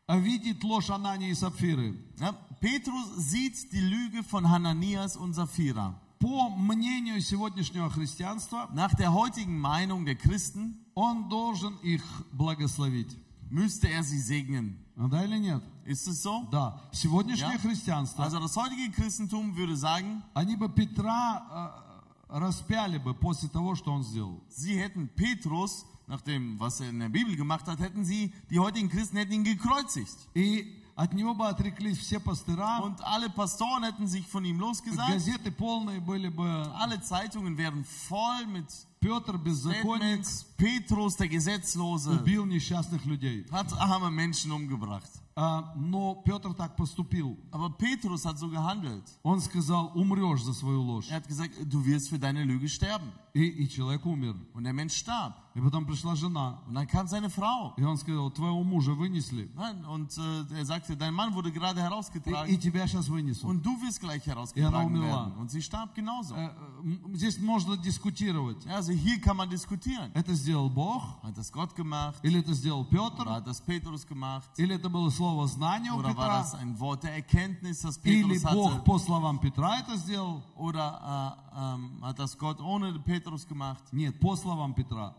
Speaker 1: а, видит ложь Анании и Сапфиры.
Speaker 2: Ja, Petrus sieht die Lüge von Hananias und Sapphira.
Speaker 1: По мнению сегодняшнего христианства,
Speaker 2: Nach der heutigen Meinung der Christen
Speaker 1: он должен их благословить.
Speaker 2: müsste er sie segnen.
Speaker 1: А, Да или нет?
Speaker 2: Ist es so?
Speaker 1: Да. Сегодняшнее
Speaker 2: Я? А
Speaker 1: христианство,
Speaker 2: Also das heutige Christentum würde sagen,
Speaker 1: они бы Петра а, распяли бы после того, что он сделал.
Speaker 2: sie hätten Petrus, nach dem, was er in der Bibel gemacht hat, hätten sie, die heutigen Christen hätten ihn gekreuzigt.
Speaker 1: И от него бы отреклись все пастыра,
Speaker 2: Und alle Pastoren hätten sich von ihm losgesagt.
Speaker 1: газеты полные были бы.
Speaker 2: Alle Zeitungen wären voll mit
Speaker 1: Петр беззаконник
Speaker 2: Statements. Petrus, der Gesetzlose,
Speaker 1: убил несчастных людей.
Speaker 2: hat arme Menschen umgebracht.
Speaker 1: А, но Петр так поступил.
Speaker 2: Aber Petrus hat so gehandelt.
Speaker 1: Он сказал, умрешь за свою ложь.
Speaker 2: Er hat gesagt, du wirst für deine Lüge sterben.
Speaker 1: И, и человек умер.
Speaker 2: Und der Mensch starb.
Speaker 1: И потом пришла жена.
Speaker 2: Und dann kam seine Frau.
Speaker 1: И он сказал, твоего мужа вынесли.
Speaker 2: Nein, Und äh, er sagte, dein Mann wurde gerade
Speaker 1: И, и
Speaker 2: herausgetragen.
Speaker 1: тебя сейчас вынесут.
Speaker 2: Und du wirst gleich
Speaker 1: Ja, Raum
Speaker 2: herausgetragen
Speaker 1: Milan.
Speaker 2: werden. Und sie starb genauso.
Speaker 1: Э, м, Здесь можно дискутировать.
Speaker 2: Ja, also hier kann man diskutieren.
Speaker 1: Это сделал Бог?
Speaker 2: Hat das Gott gemacht?
Speaker 1: Или это сделал Петр?
Speaker 2: Oder hat das Petrus gemacht?
Speaker 1: Или это было слово знания у
Speaker 2: Oder war
Speaker 1: Петра?
Speaker 2: das ein Wort der Erkenntnis, das
Speaker 1: Или
Speaker 2: Petrus
Speaker 1: Бог
Speaker 2: hatte?
Speaker 1: по словам Петра это сделал?
Speaker 2: Oder äh, ähm, hat das Gott ohne Petrus gemacht?
Speaker 1: Нет, по словам Петра.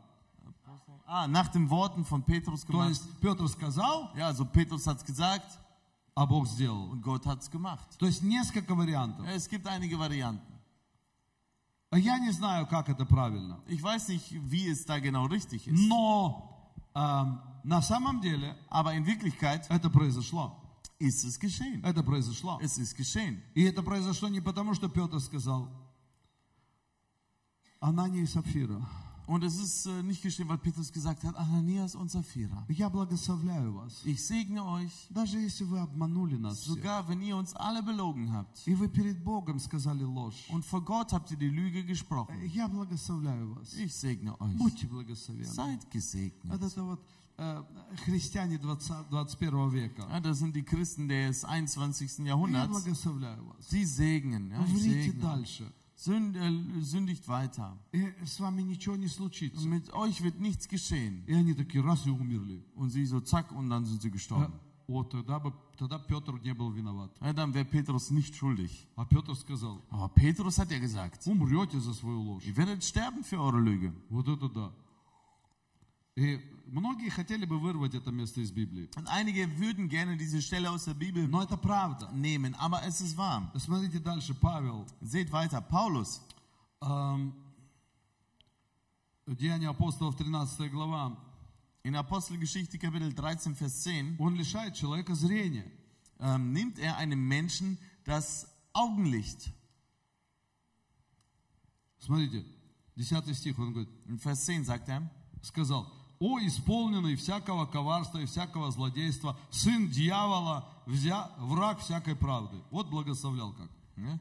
Speaker 2: Ah, nach den Worten von Petrus
Speaker 1: То
Speaker 2: gemacht.
Speaker 1: есть Петр сказал,
Speaker 2: Ja, also Petrus hat es gesagt
Speaker 1: а Бог сделал.
Speaker 2: und Gott hat es gemacht.
Speaker 1: То есть несколько вариантов.
Speaker 2: Ja, es gibt einige Varianten.
Speaker 1: А Я не знаю, как это правильно.
Speaker 2: Ich weiß nicht, wie es da genau richtig ist.
Speaker 1: Но эм, на самом деле
Speaker 2: Aber in Wirklichkeit
Speaker 1: это произошло.
Speaker 2: ist es geschehen.
Speaker 1: Это произошло.
Speaker 2: Es ist geschehen.
Speaker 1: И это произошло не потому, что Петр сказал, Анания и Сапфира,
Speaker 2: Und es ist äh, nicht geschehen, weil Petrus gesagt hat, Ananias und Sapphira,
Speaker 1: я благословляю вас.
Speaker 2: ich segne euch,
Speaker 1: Даже если вы обманули нас всех,
Speaker 2: sogar wenn ihr uns alle belogen habt.
Speaker 1: и вы перед Богом сказали ложь,
Speaker 2: Und vor Gott habt ihr die Lüge gesprochen.
Speaker 1: я благословляю вас.
Speaker 2: Ich segne euch.
Speaker 1: Будьте благословенны.
Speaker 2: Seid gesegnet.
Speaker 1: Вот это вот э, христиане 20, 21 века.
Speaker 2: Ja, das sind die Christen des 21.
Speaker 1: Я
Speaker 2: Jahrhunderts.
Speaker 1: благословляю вас.
Speaker 2: Sie segnen. Ja, ich
Speaker 1: Врите
Speaker 2: segne.
Speaker 1: дальше.
Speaker 2: Sünd, äh, sündigt weiter.
Speaker 1: И с вами ничего не случится.
Speaker 2: Mit euch wird nichts geschehen.
Speaker 1: И они такие раз и умерли.
Speaker 2: Und sie so zack und dann sind sie
Speaker 1: А,
Speaker 2: gestorben.
Speaker 1: Вот тогда бы тогда Петр не был виноват.
Speaker 2: Ja, dann wäre Petrus nicht schuldig.
Speaker 1: А Петр сказал,
Speaker 2: Aber Petrus hat ja gesagt,
Speaker 1: умрете за свою ложь.
Speaker 2: ihr werdet sterben für eure Lüge.
Speaker 1: Вот это да. И многие хотели бы вырвать это место из Библии.
Speaker 2: Und einige würden gerne diese Stelle aus der Bibel
Speaker 1: Но это правда.
Speaker 2: nehmen, aber es ist warm.
Speaker 1: Смотрите дальше, Павел,
Speaker 2: Seht weiter, Paulus,
Speaker 1: эм, Деяния апостолов, 13 глава,
Speaker 2: in Apostelgeschichte Kapitel 13, Vers 10,
Speaker 1: он лишает человека зрения.
Speaker 2: ähm, nimmt er einem Menschen das Augenlicht.
Speaker 1: Смотрите, 10 стих, он говорит,
Speaker 2: In Vers 10 sagt er,
Speaker 1: сказал, «О, исполненный всякого коварства и всякого злодейства, сын дьявола, взя- враг всякой правды». Вот благословлял как.
Speaker 2: ne?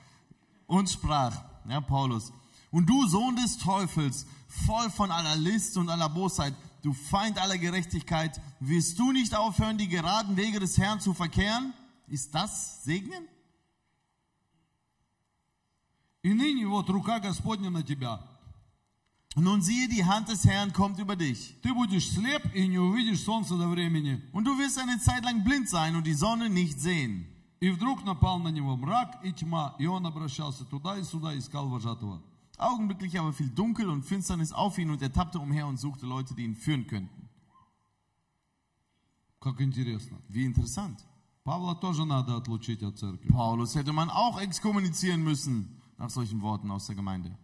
Speaker 2: und sprach, ja, Paulus, und du Sohn des Teufels, voll von aller List und aller Bosheit, du Feind aller Gerechtigkeit, wirst du nicht aufhören, die geraden Wege des Herrn zu verkehren? Ist das Segnen?
Speaker 1: И ныне вот рука Господня на тебя.
Speaker 2: Nun siehe, die Hand des Herrn kommt über dich.
Speaker 1: Ты будешь слеп и не увидишь солнца до времени.
Speaker 2: Und du wirst eine Zeit lang blind sein und die Sonne nicht sehen.
Speaker 1: И вдруг напал на него мрак и тьма, и он обращался туда и сюда, искал вожатого.
Speaker 2: Augenblicklich aber fiel Dunkel und Finsternis auf ihn und er tappte umher und suchte Leute, die ihn führen könnten.
Speaker 1: Как интересно.
Speaker 2: Wie interessant.
Speaker 1: Павла тоже надо отлучить от церкви.
Speaker 2: Paulus hätte man auch exkommunizieren müssen nach solchen Worten aus der Gemeinde.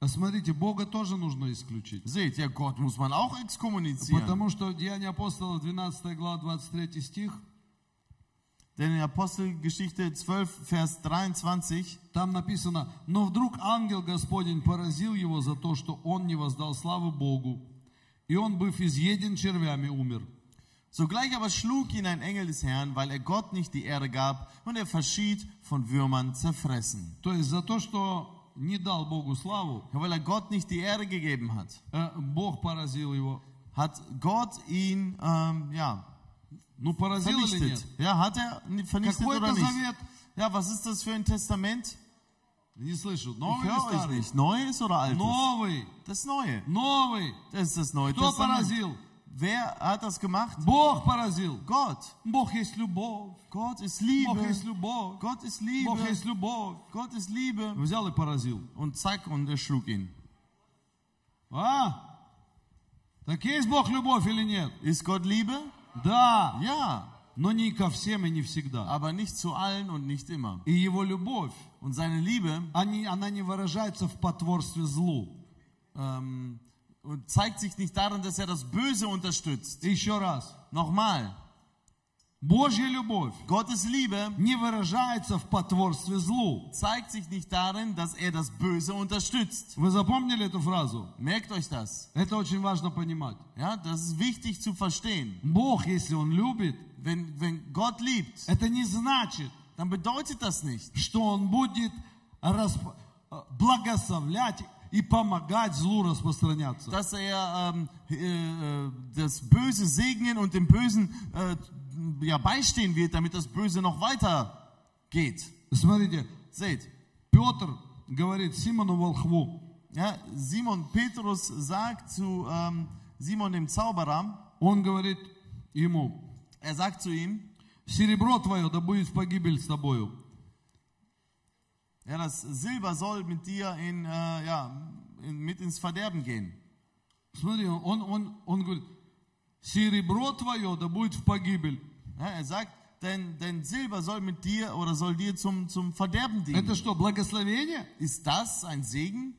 Speaker 1: А Смотрите, Бога тоже нужно исключить.
Speaker 2: Seht, ja, Gott muss man auch exkommunizieren.
Speaker 1: Потому что Деяния апостола, 12 глава, 23 стих,
Speaker 2: Denn in Apostelgeschichte 12, Vers 23,
Speaker 1: там написано, «Но вдруг ангел Господень поразил его за то, что он не воздал славы Богу, и он, быв изъеден червями, умер».
Speaker 2: sogleich aber schlug ihn ein Engel des Herrn, weil er Gott nicht die Ehre gab und er verschied von Würmern zerfressen.
Speaker 1: То есть за то, что не дал Богу славу,
Speaker 2: Ja, weil er Gott nicht die Ehre gegeben hat,
Speaker 1: э, Бог поразил его.
Speaker 2: hat Gott ihn, ähm, ja,
Speaker 1: Ну, поразил или
Speaker 2: vernichtet.
Speaker 1: нет?
Speaker 2: Ja, hat er ni- vernichtet
Speaker 1: Какой
Speaker 2: oder
Speaker 1: это
Speaker 2: nicht?
Speaker 1: завет?
Speaker 2: Ja, was ist das für ein Testament?
Speaker 1: Не слышу.
Speaker 2: Ich
Speaker 1: Новый или
Speaker 2: höre euch
Speaker 1: старый?
Speaker 2: nicht. Neues oder altes?
Speaker 1: Новый.
Speaker 2: Das Neue.
Speaker 1: Новый.
Speaker 2: Das ist das Neue
Speaker 1: Кто
Speaker 2: Testament.
Speaker 1: поразил?
Speaker 2: Wer hat das gemacht?
Speaker 1: Бог поразил.
Speaker 2: Gott.
Speaker 1: Бог есть любовь.
Speaker 2: Gott ist
Speaker 1: Бог
Speaker 2: Liebe.
Speaker 1: есть любовь.
Speaker 2: Gott ist
Speaker 1: Бог
Speaker 2: Liebe.
Speaker 1: есть любовь.
Speaker 2: Gott ist Liebe.
Speaker 1: Взял и поразил.
Speaker 2: Und zack, und er schlug ihn.
Speaker 1: А? Так есть Бог любовь или нет?
Speaker 2: Ist Gott Liebe?
Speaker 1: Да,
Speaker 2: Ja,
Speaker 1: но не ко всем и не всегда.
Speaker 2: aber nicht zu allen und nicht immer.
Speaker 1: И его любовь,
Speaker 2: Und seine Liebe
Speaker 1: они, она не выражается в потворстве злу.
Speaker 2: ähm, und zeigt sich nicht darin, dass er das Böse unterstützt.
Speaker 1: Еще раз.
Speaker 2: Nochmal,
Speaker 1: Божья любовь
Speaker 2: Gottes Liebe
Speaker 1: не выражается в потворстве злу.
Speaker 2: zeigt sich nicht darin, dass er das Böse unterstützt.
Speaker 1: Вы запомнили эту фразу?
Speaker 2: Merkt euch das.
Speaker 1: Это очень важно понимать.
Speaker 2: Ja, das ist wichtig zu verstehen.
Speaker 1: Бог, если Он любит,
Speaker 2: Wenn, wenn Gott liebt,
Speaker 1: это не значит,
Speaker 2: dann bedeutet das nicht,
Speaker 1: что Он будет расп- э, благословлять и помогать злу распространяться.
Speaker 2: dass er ähm, äh, äh, das Böse segnen und dem Bösen äh, ja, beistehen wird, damit das Böse noch weiter geht.
Speaker 1: Смотрите,
Speaker 2: Seht,
Speaker 1: Петр говорит Симону Волхву,
Speaker 2: ja, Simon Petrus sagt zu ähm, Simon dem Zauberer,
Speaker 1: он говорит ему,
Speaker 2: er sagt zu ihm,
Speaker 1: серебро твое да будет в погибель с тобою,
Speaker 2: ja, das Silber soll mit dir in, äh, ja, in, mit ins Verderben gehen.
Speaker 1: Смотри, он, он, он говорит, серебро твое да будет в погибель.
Speaker 2: Ja, er sagt, denn, denn Silber soll mit dir oder soll dir zum, zum Verderben dienen.
Speaker 1: Это что, благословение?
Speaker 2: Ist das ein Segen?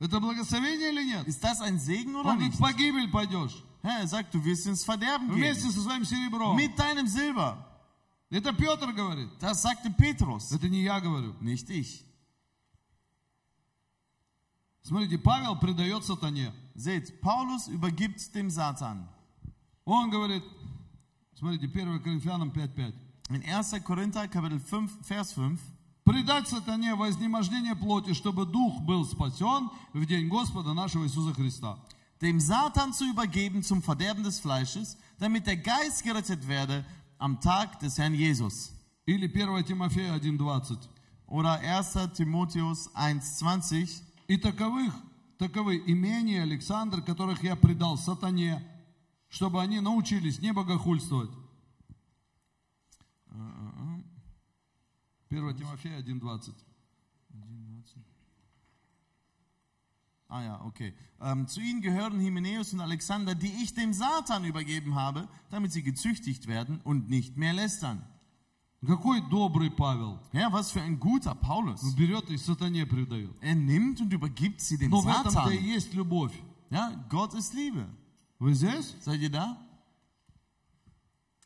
Speaker 1: Это благословение или нет?
Speaker 2: Ist das ein Segen oder
Speaker 1: Он говорит,
Speaker 2: nicht?
Speaker 1: в погибель пойдешь
Speaker 2: Ja, er sagt, du wirst ins Verderben gehen.
Speaker 1: вместе со своим серебром.
Speaker 2: Mit deinem Silber.
Speaker 1: Это Петр говорит.
Speaker 2: Das sagte Petrus.
Speaker 1: Это не я говорю.
Speaker 2: Nicht ich.
Speaker 1: Смотрите, Павел предает сатане.
Speaker 2: Seht, Paulus übergibt dem Satan.
Speaker 1: Он говорит, смотрите, 1 Коринфянам 5.5.
Speaker 2: In 1. Korinther, Kapitel 5, Vers 5.
Speaker 1: Предать сатане вознемождение плоти, чтобы дух был спасен в день Господа нашего Иисуса Христа.
Speaker 2: Dem Satan zu übergeben zum Verderben des Fleisches, damit der Geist gerettet werde am Tag des Herrn Jesus.
Speaker 1: Или 1 Тимофея 1.20.
Speaker 2: Oder 1. Timotheus 1,20.
Speaker 1: И таковых, таковы имение Александр, которых я предал сатане, чтобы они научились не богохульствовать. 1 Тимофея 1.20.
Speaker 2: Ah ja, okay. Ähm, zu ihnen gehören Hymenäus und Alexander, die ich dem Satan übergeben habe, damit sie gezüchtigt werden und nicht mehr lästern.
Speaker 1: Какой добрый Павел.
Speaker 2: Ja, was für ein guter Paulus.
Speaker 1: Ну, Берет и сатане предает.
Speaker 2: Er nimmt und übergibt sie dem
Speaker 1: Но в этом-то и
Speaker 2: Satan.
Speaker 1: есть любовь.
Speaker 2: Ja, Gott ist Liebe.
Speaker 1: Вы здесь?
Speaker 2: Seid ihr da?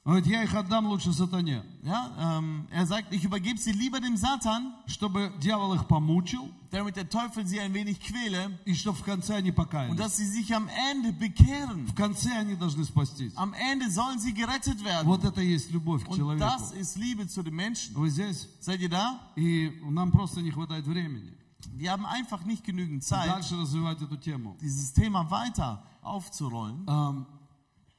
Speaker 1: Он говорит, я их отдам лучше сатане,
Speaker 2: Ja, ähm, er sagt, ich übergebe sie lieber dem Satan,
Speaker 1: чтобы дьявол их помучил,
Speaker 2: damit der Teufel sie ein wenig quäle
Speaker 1: и чтобы в конце они
Speaker 2: und
Speaker 1: покаялись.
Speaker 2: dass sie sich am Ende bekehren.
Speaker 1: В конце они должны спастись.
Speaker 2: Am Ende sollen sie gerettet werden.
Speaker 1: Вот это и есть любовь к
Speaker 2: Und das
Speaker 1: человеку.
Speaker 2: ist Liebe zu den Menschen.
Speaker 1: Вы здесь?
Speaker 2: Seid ihr da?
Speaker 1: И нам просто не хватает времени
Speaker 2: Wir haben einfach nicht genügend Zeit,
Speaker 1: дальше развивать эту тему.
Speaker 2: dieses Thema weiter aufzurollen.
Speaker 1: Ам,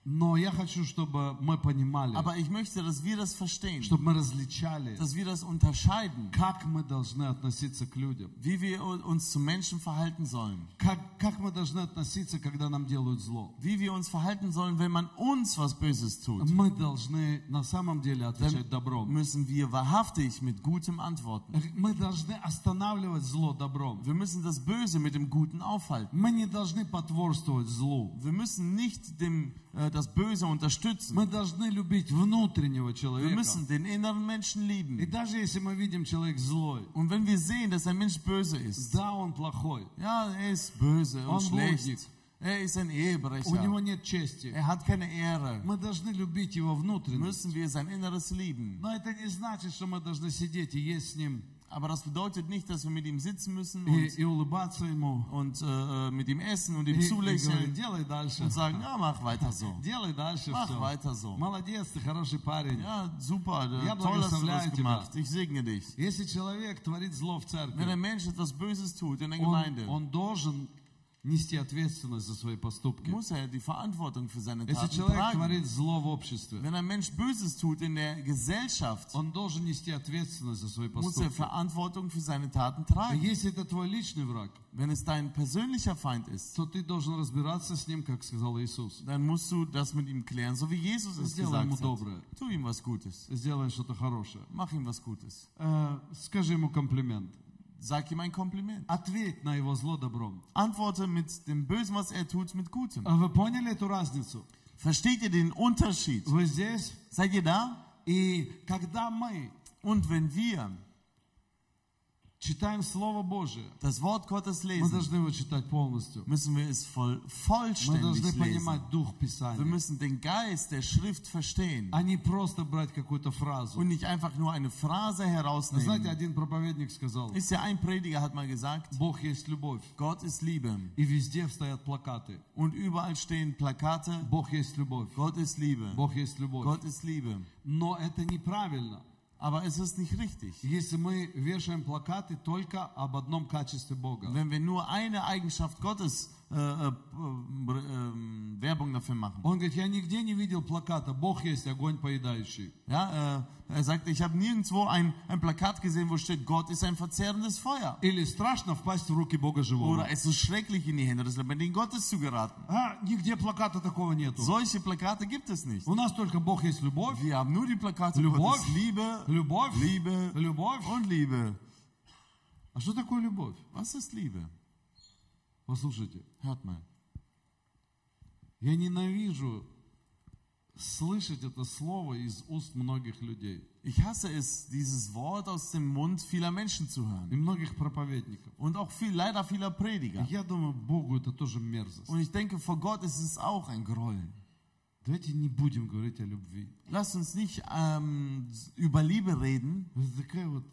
Speaker 1: Но я хочу, чтобы мы понимали,
Speaker 2: Aber ich möchte, dass wir das verstehen,
Speaker 1: чтобы мы различали,
Speaker 2: dass wir das unterscheiden,
Speaker 1: как мы должны относиться к людям.
Speaker 2: wie wir u- uns zu Menschen verhalten sollen.
Speaker 1: Как, как мы должны относиться, когда нам делают зло?
Speaker 2: Wie wir uns verhalten sollen, wenn man uns was Böses tut.
Speaker 1: Мы должны на самом деле отвечать добром.
Speaker 2: Müssen wir wahrhaftig mit Gutem antworten.
Speaker 1: Мы должны останавливать зло добром.
Speaker 2: Wir müssen das Böse mit dem Guten aufhalten.
Speaker 1: Мы не должны потворствовать злу.
Speaker 2: Wir müssen nicht dem, äh, das Böse unterstützen.
Speaker 1: Мы должны любить внутреннего
Speaker 2: Wir
Speaker 1: человека.
Speaker 2: müssen den inneren Menschen
Speaker 1: И
Speaker 2: lieben.
Speaker 1: даже если мы видим, человек злой,
Speaker 2: Und wenn wir sehen, dass ein Mensch böse ist,
Speaker 1: да, он плохой,
Speaker 2: ja, er ist böse
Speaker 1: Он
Speaker 2: und
Speaker 1: блудник.
Speaker 2: schlecht, er ist ein
Speaker 1: у него
Speaker 2: Ehebrecher,
Speaker 1: нет чести.
Speaker 2: er hat keine Ehre,
Speaker 1: Мы должны любить его внутренность.
Speaker 2: müssen wir sein Inneres lieben.
Speaker 1: Но это не значит, что мы должны сидеть и есть с ним,
Speaker 2: Aber das bedeutet nicht, dass wir mit ihm sitzen müssen
Speaker 1: и,
Speaker 2: und,
Speaker 1: и улыбаться ему,
Speaker 2: und äh, äh, mit ihm essen und
Speaker 1: и,
Speaker 2: ihm
Speaker 1: и говорить,
Speaker 2: zulächeln
Speaker 1: делай дальше,
Speaker 2: und sagen, ja, mach weiter so,
Speaker 1: делай дальше
Speaker 2: mach
Speaker 1: все.
Speaker 2: weiter so.
Speaker 1: Молодец, ты хороший парень.
Speaker 2: Ja, super,
Speaker 1: Ja,
Speaker 2: äh, toll hast du
Speaker 1: благословляю
Speaker 2: das
Speaker 1: тебя.
Speaker 2: gemacht, ich segne dich.
Speaker 1: Если человек творит зло в
Speaker 2: Wenn
Speaker 1: церкви,
Speaker 2: ein Mensch etwas Böses tut in der
Speaker 1: он,
Speaker 2: Gemeinde,
Speaker 1: он должен нести ответственность за свои поступки.
Speaker 2: muss er die Verantwortung für seine
Speaker 1: Если
Speaker 2: Taten
Speaker 1: человек
Speaker 2: tragen.
Speaker 1: творит зло в обществе,
Speaker 2: Wenn ein Mensch Böses tut in der Gesellschaft,
Speaker 1: он должен нести ответственность за свои
Speaker 2: muss er
Speaker 1: поступки.
Speaker 2: Verantwortung für seine Taten
Speaker 1: А
Speaker 2: tragen.
Speaker 1: если это твой личный враг,
Speaker 2: Wenn es dein persönlicher Feind ist,
Speaker 1: то ты должен разбираться с ним, как сказал Иисус.
Speaker 2: dann musst du das mit ihm klären, so wie Jesus es
Speaker 1: Сделай
Speaker 2: gesagt
Speaker 1: ему
Speaker 2: hat.
Speaker 1: доброе,
Speaker 2: Tu ihm was Gutes.
Speaker 1: сделай что-то хорошее.
Speaker 2: Mach ihm was Gutes.
Speaker 1: Э, скажи ему комплимент.
Speaker 2: Sag ihm ein Kompliment.
Speaker 1: Ответь на его зло добром.
Speaker 2: Antworte mit dem Bösen, was er tut, mit Gutem.
Speaker 1: А Вы поняли эту разницу?
Speaker 2: Versteht ihr den Unterschied?
Speaker 1: Вы здесь?
Speaker 2: Seid ihr da?
Speaker 1: И когда мы
Speaker 2: Und wenn wir
Speaker 1: читаем Слово Божие,
Speaker 2: das Wort Gottes
Speaker 1: мы
Speaker 2: lesen,
Speaker 1: должны его читать полностью.
Speaker 2: müssen wir es voll,
Speaker 1: Мы должны
Speaker 2: vollständig lesen.
Speaker 1: понимать Дух
Speaker 2: Wir
Speaker 1: Писания,
Speaker 2: müssen den Geist der Schrift verstehen.
Speaker 1: а не просто брать какую-то фразу.
Speaker 2: und nicht einfach nur eine Phrase
Speaker 1: Знаете,
Speaker 2: herausnehmen.
Speaker 1: один проповедник сказал,
Speaker 2: Ist ja ein Prediger, hat mal gesagt,
Speaker 1: Бог есть любовь,
Speaker 2: Gott ist Liebe.
Speaker 1: и везде стоят плакаты.
Speaker 2: Und überall stehen Plakate,
Speaker 1: Бог есть любовь,
Speaker 2: Gott ist Liebe,
Speaker 1: Бог есть любовь.
Speaker 2: Gott ist Liebe.
Speaker 1: Но это неправильно.
Speaker 2: Aber es ist nicht richtig,
Speaker 1: Если мы вешаем плакаты только об одном качестве Бога.
Speaker 2: wenn wir nur eine Eigenschaft Gottes äh, äh, br- ähm, Werbung dafür machen.
Speaker 1: Он говорит, я нигде не видел плаката, Бог есть огонь поедающий.
Speaker 2: Ja, äh, er sagt, ich habe nirgendwo ein, ein Plakat gesehen, wo steht, Gott ist ein verzehrendes Feuer.
Speaker 1: Или страшно впасть в руки Бога живого.
Speaker 2: Oder es ist schrecklich, in die Hände des lebendigen Gottes zu geraten.
Speaker 1: А, нигде плаката такого нету.
Speaker 2: Solche Plakate gibt es nicht.
Speaker 1: У нас только Бог есть любовь,
Speaker 2: Wir haben nur die Plakate
Speaker 1: Любовь,
Speaker 2: Gottes Liebe,
Speaker 1: любовь,
Speaker 2: Liebe
Speaker 1: любовь.
Speaker 2: und Liebe.
Speaker 1: А что такое любовь?
Speaker 2: Was ist Liebe?
Speaker 1: Послушайте,
Speaker 2: Hört mal.
Speaker 1: я ненавижу слышать это слово из уст многих людей
Speaker 2: Ich hasse es, dieses Wort aus dem Mund vieler Menschen zu
Speaker 1: и
Speaker 2: hören.
Speaker 1: многих проповедников.
Speaker 2: Und auch viel, leider vieler Prediger.
Speaker 1: Я думаю, Богу это тоже мерзость.
Speaker 2: Und ich denke, vor Gott ist es auch ein Groll.
Speaker 1: Давайте не будем говорить о любви.
Speaker 2: Lasst uns nicht ähm, über Liebe reden.
Speaker 1: Это такая вот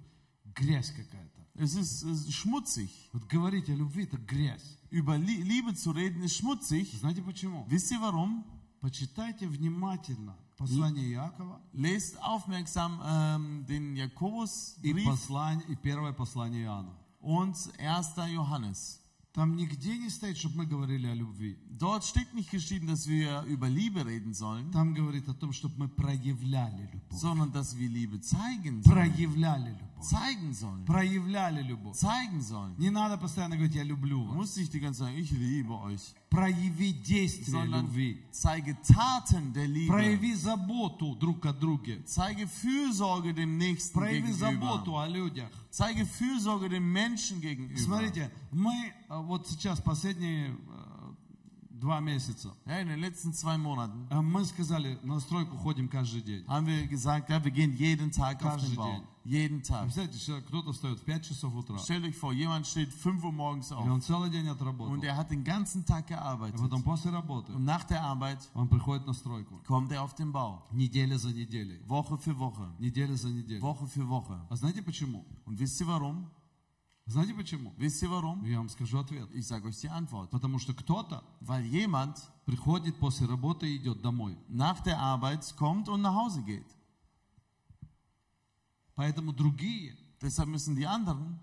Speaker 1: грязь какая-то.
Speaker 2: Es ist, es ist schmutzig.
Speaker 1: Вот говорить о любви – это грязь.
Speaker 2: Über Lie- Liebe zu reden ist schmutzig.
Speaker 1: Знаете почему?
Speaker 2: Wisst ihr warum?
Speaker 1: Почитайте внимательно послание Иакова
Speaker 2: Lest aufmerksam ähm, den
Speaker 1: и,
Speaker 2: Jakobusbrief
Speaker 1: послание, и первое послание Иоанна.
Speaker 2: und 1. Johannes.
Speaker 1: Там нигде не стоит, чтобы мы говорили о любви.
Speaker 2: Dort steht nicht geschrieben, dass wir über Liebe reden sollen,
Speaker 1: Там говорит о том, чтобы мы проявляли любовь.
Speaker 2: sondern dass wir Liebe zeigen sollen.
Speaker 1: Проявляли любовь.
Speaker 2: Zeigen sollen.
Speaker 1: Проявляли любовь.
Speaker 2: Zeigen sollen.
Speaker 1: Не надо постоянно говорить, я люблю вас.
Speaker 2: Man muss nicht die ganze Zeit sagen, ich liebe euch,
Speaker 1: Прояви действие
Speaker 2: sondern
Speaker 1: любви.
Speaker 2: zeige Taten der Liebe.
Speaker 1: Прояви заботу друг о друге.
Speaker 2: Zeige Fürsorge dem Nächsten
Speaker 1: Прояви
Speaker 2: gegenüber.
Speaker 1: заботу о людях.
Speaker 2: Zeige Fürsorge dem Menschen gegenüber.
Speaker 1: Смотрите, мы а, вот сейчас последние э, два месяца.
Speaker 2: Ja, in den letzten zwei Monaten
Speaker 1: А Мы сказали, на стройку ходим каждый день.
Speaker 2: haben wir gesagt, ja, wir gehen jeden Tag auf den
Speaker 1: Каждый
Speaker 2: Bau.
Speaker 1: день.
Speaker 2: Jeden Tag.
Speaker 1: Представляете, человек- кто-то встает в 5 часов утра,
Speaker 2: Stellt euch vor, jemand steht 5 Uhr morgens
Speaker 1: и
Speaker 2: auf
Speaker 1: он целый день отработал.
Speaker 2: und er hat den ganzen Tag
Speaker 1: А
Speaker 2: gearbeitet.
Speaker 1: потом после работы
Speaker 2: Und nach der Arbeit
Speaker 1: он приходит на стройку.
Speaker 2: kommt er auf den Bau.
Speaker 1: Неделя за неделей.
Speaker 2: Woche für Woche.
Speaker 1: Неделя за неделей.
Speaker 2: Woche für Woche.
Speaker 1: А знаете почему?
Speaker 2: Und wisst ihr warum?
Speaker 1: Знаете почему?
Speaker 2: Wisst ihr warum?
Speaker 1: Я вам скажу ответ.
Speaker 2: Ich sage euch die Antwort.
Speaker 1: Потому что кто-то
Speaker 2: Weil jemand
Speaker 1: приходит после работы и идет домой.
Speaker 2: nach der Arbeit kommt und nach Hause geht.
Speaker 1: Поэтому другие
Speaker 2: Deshalb müssen die anderen,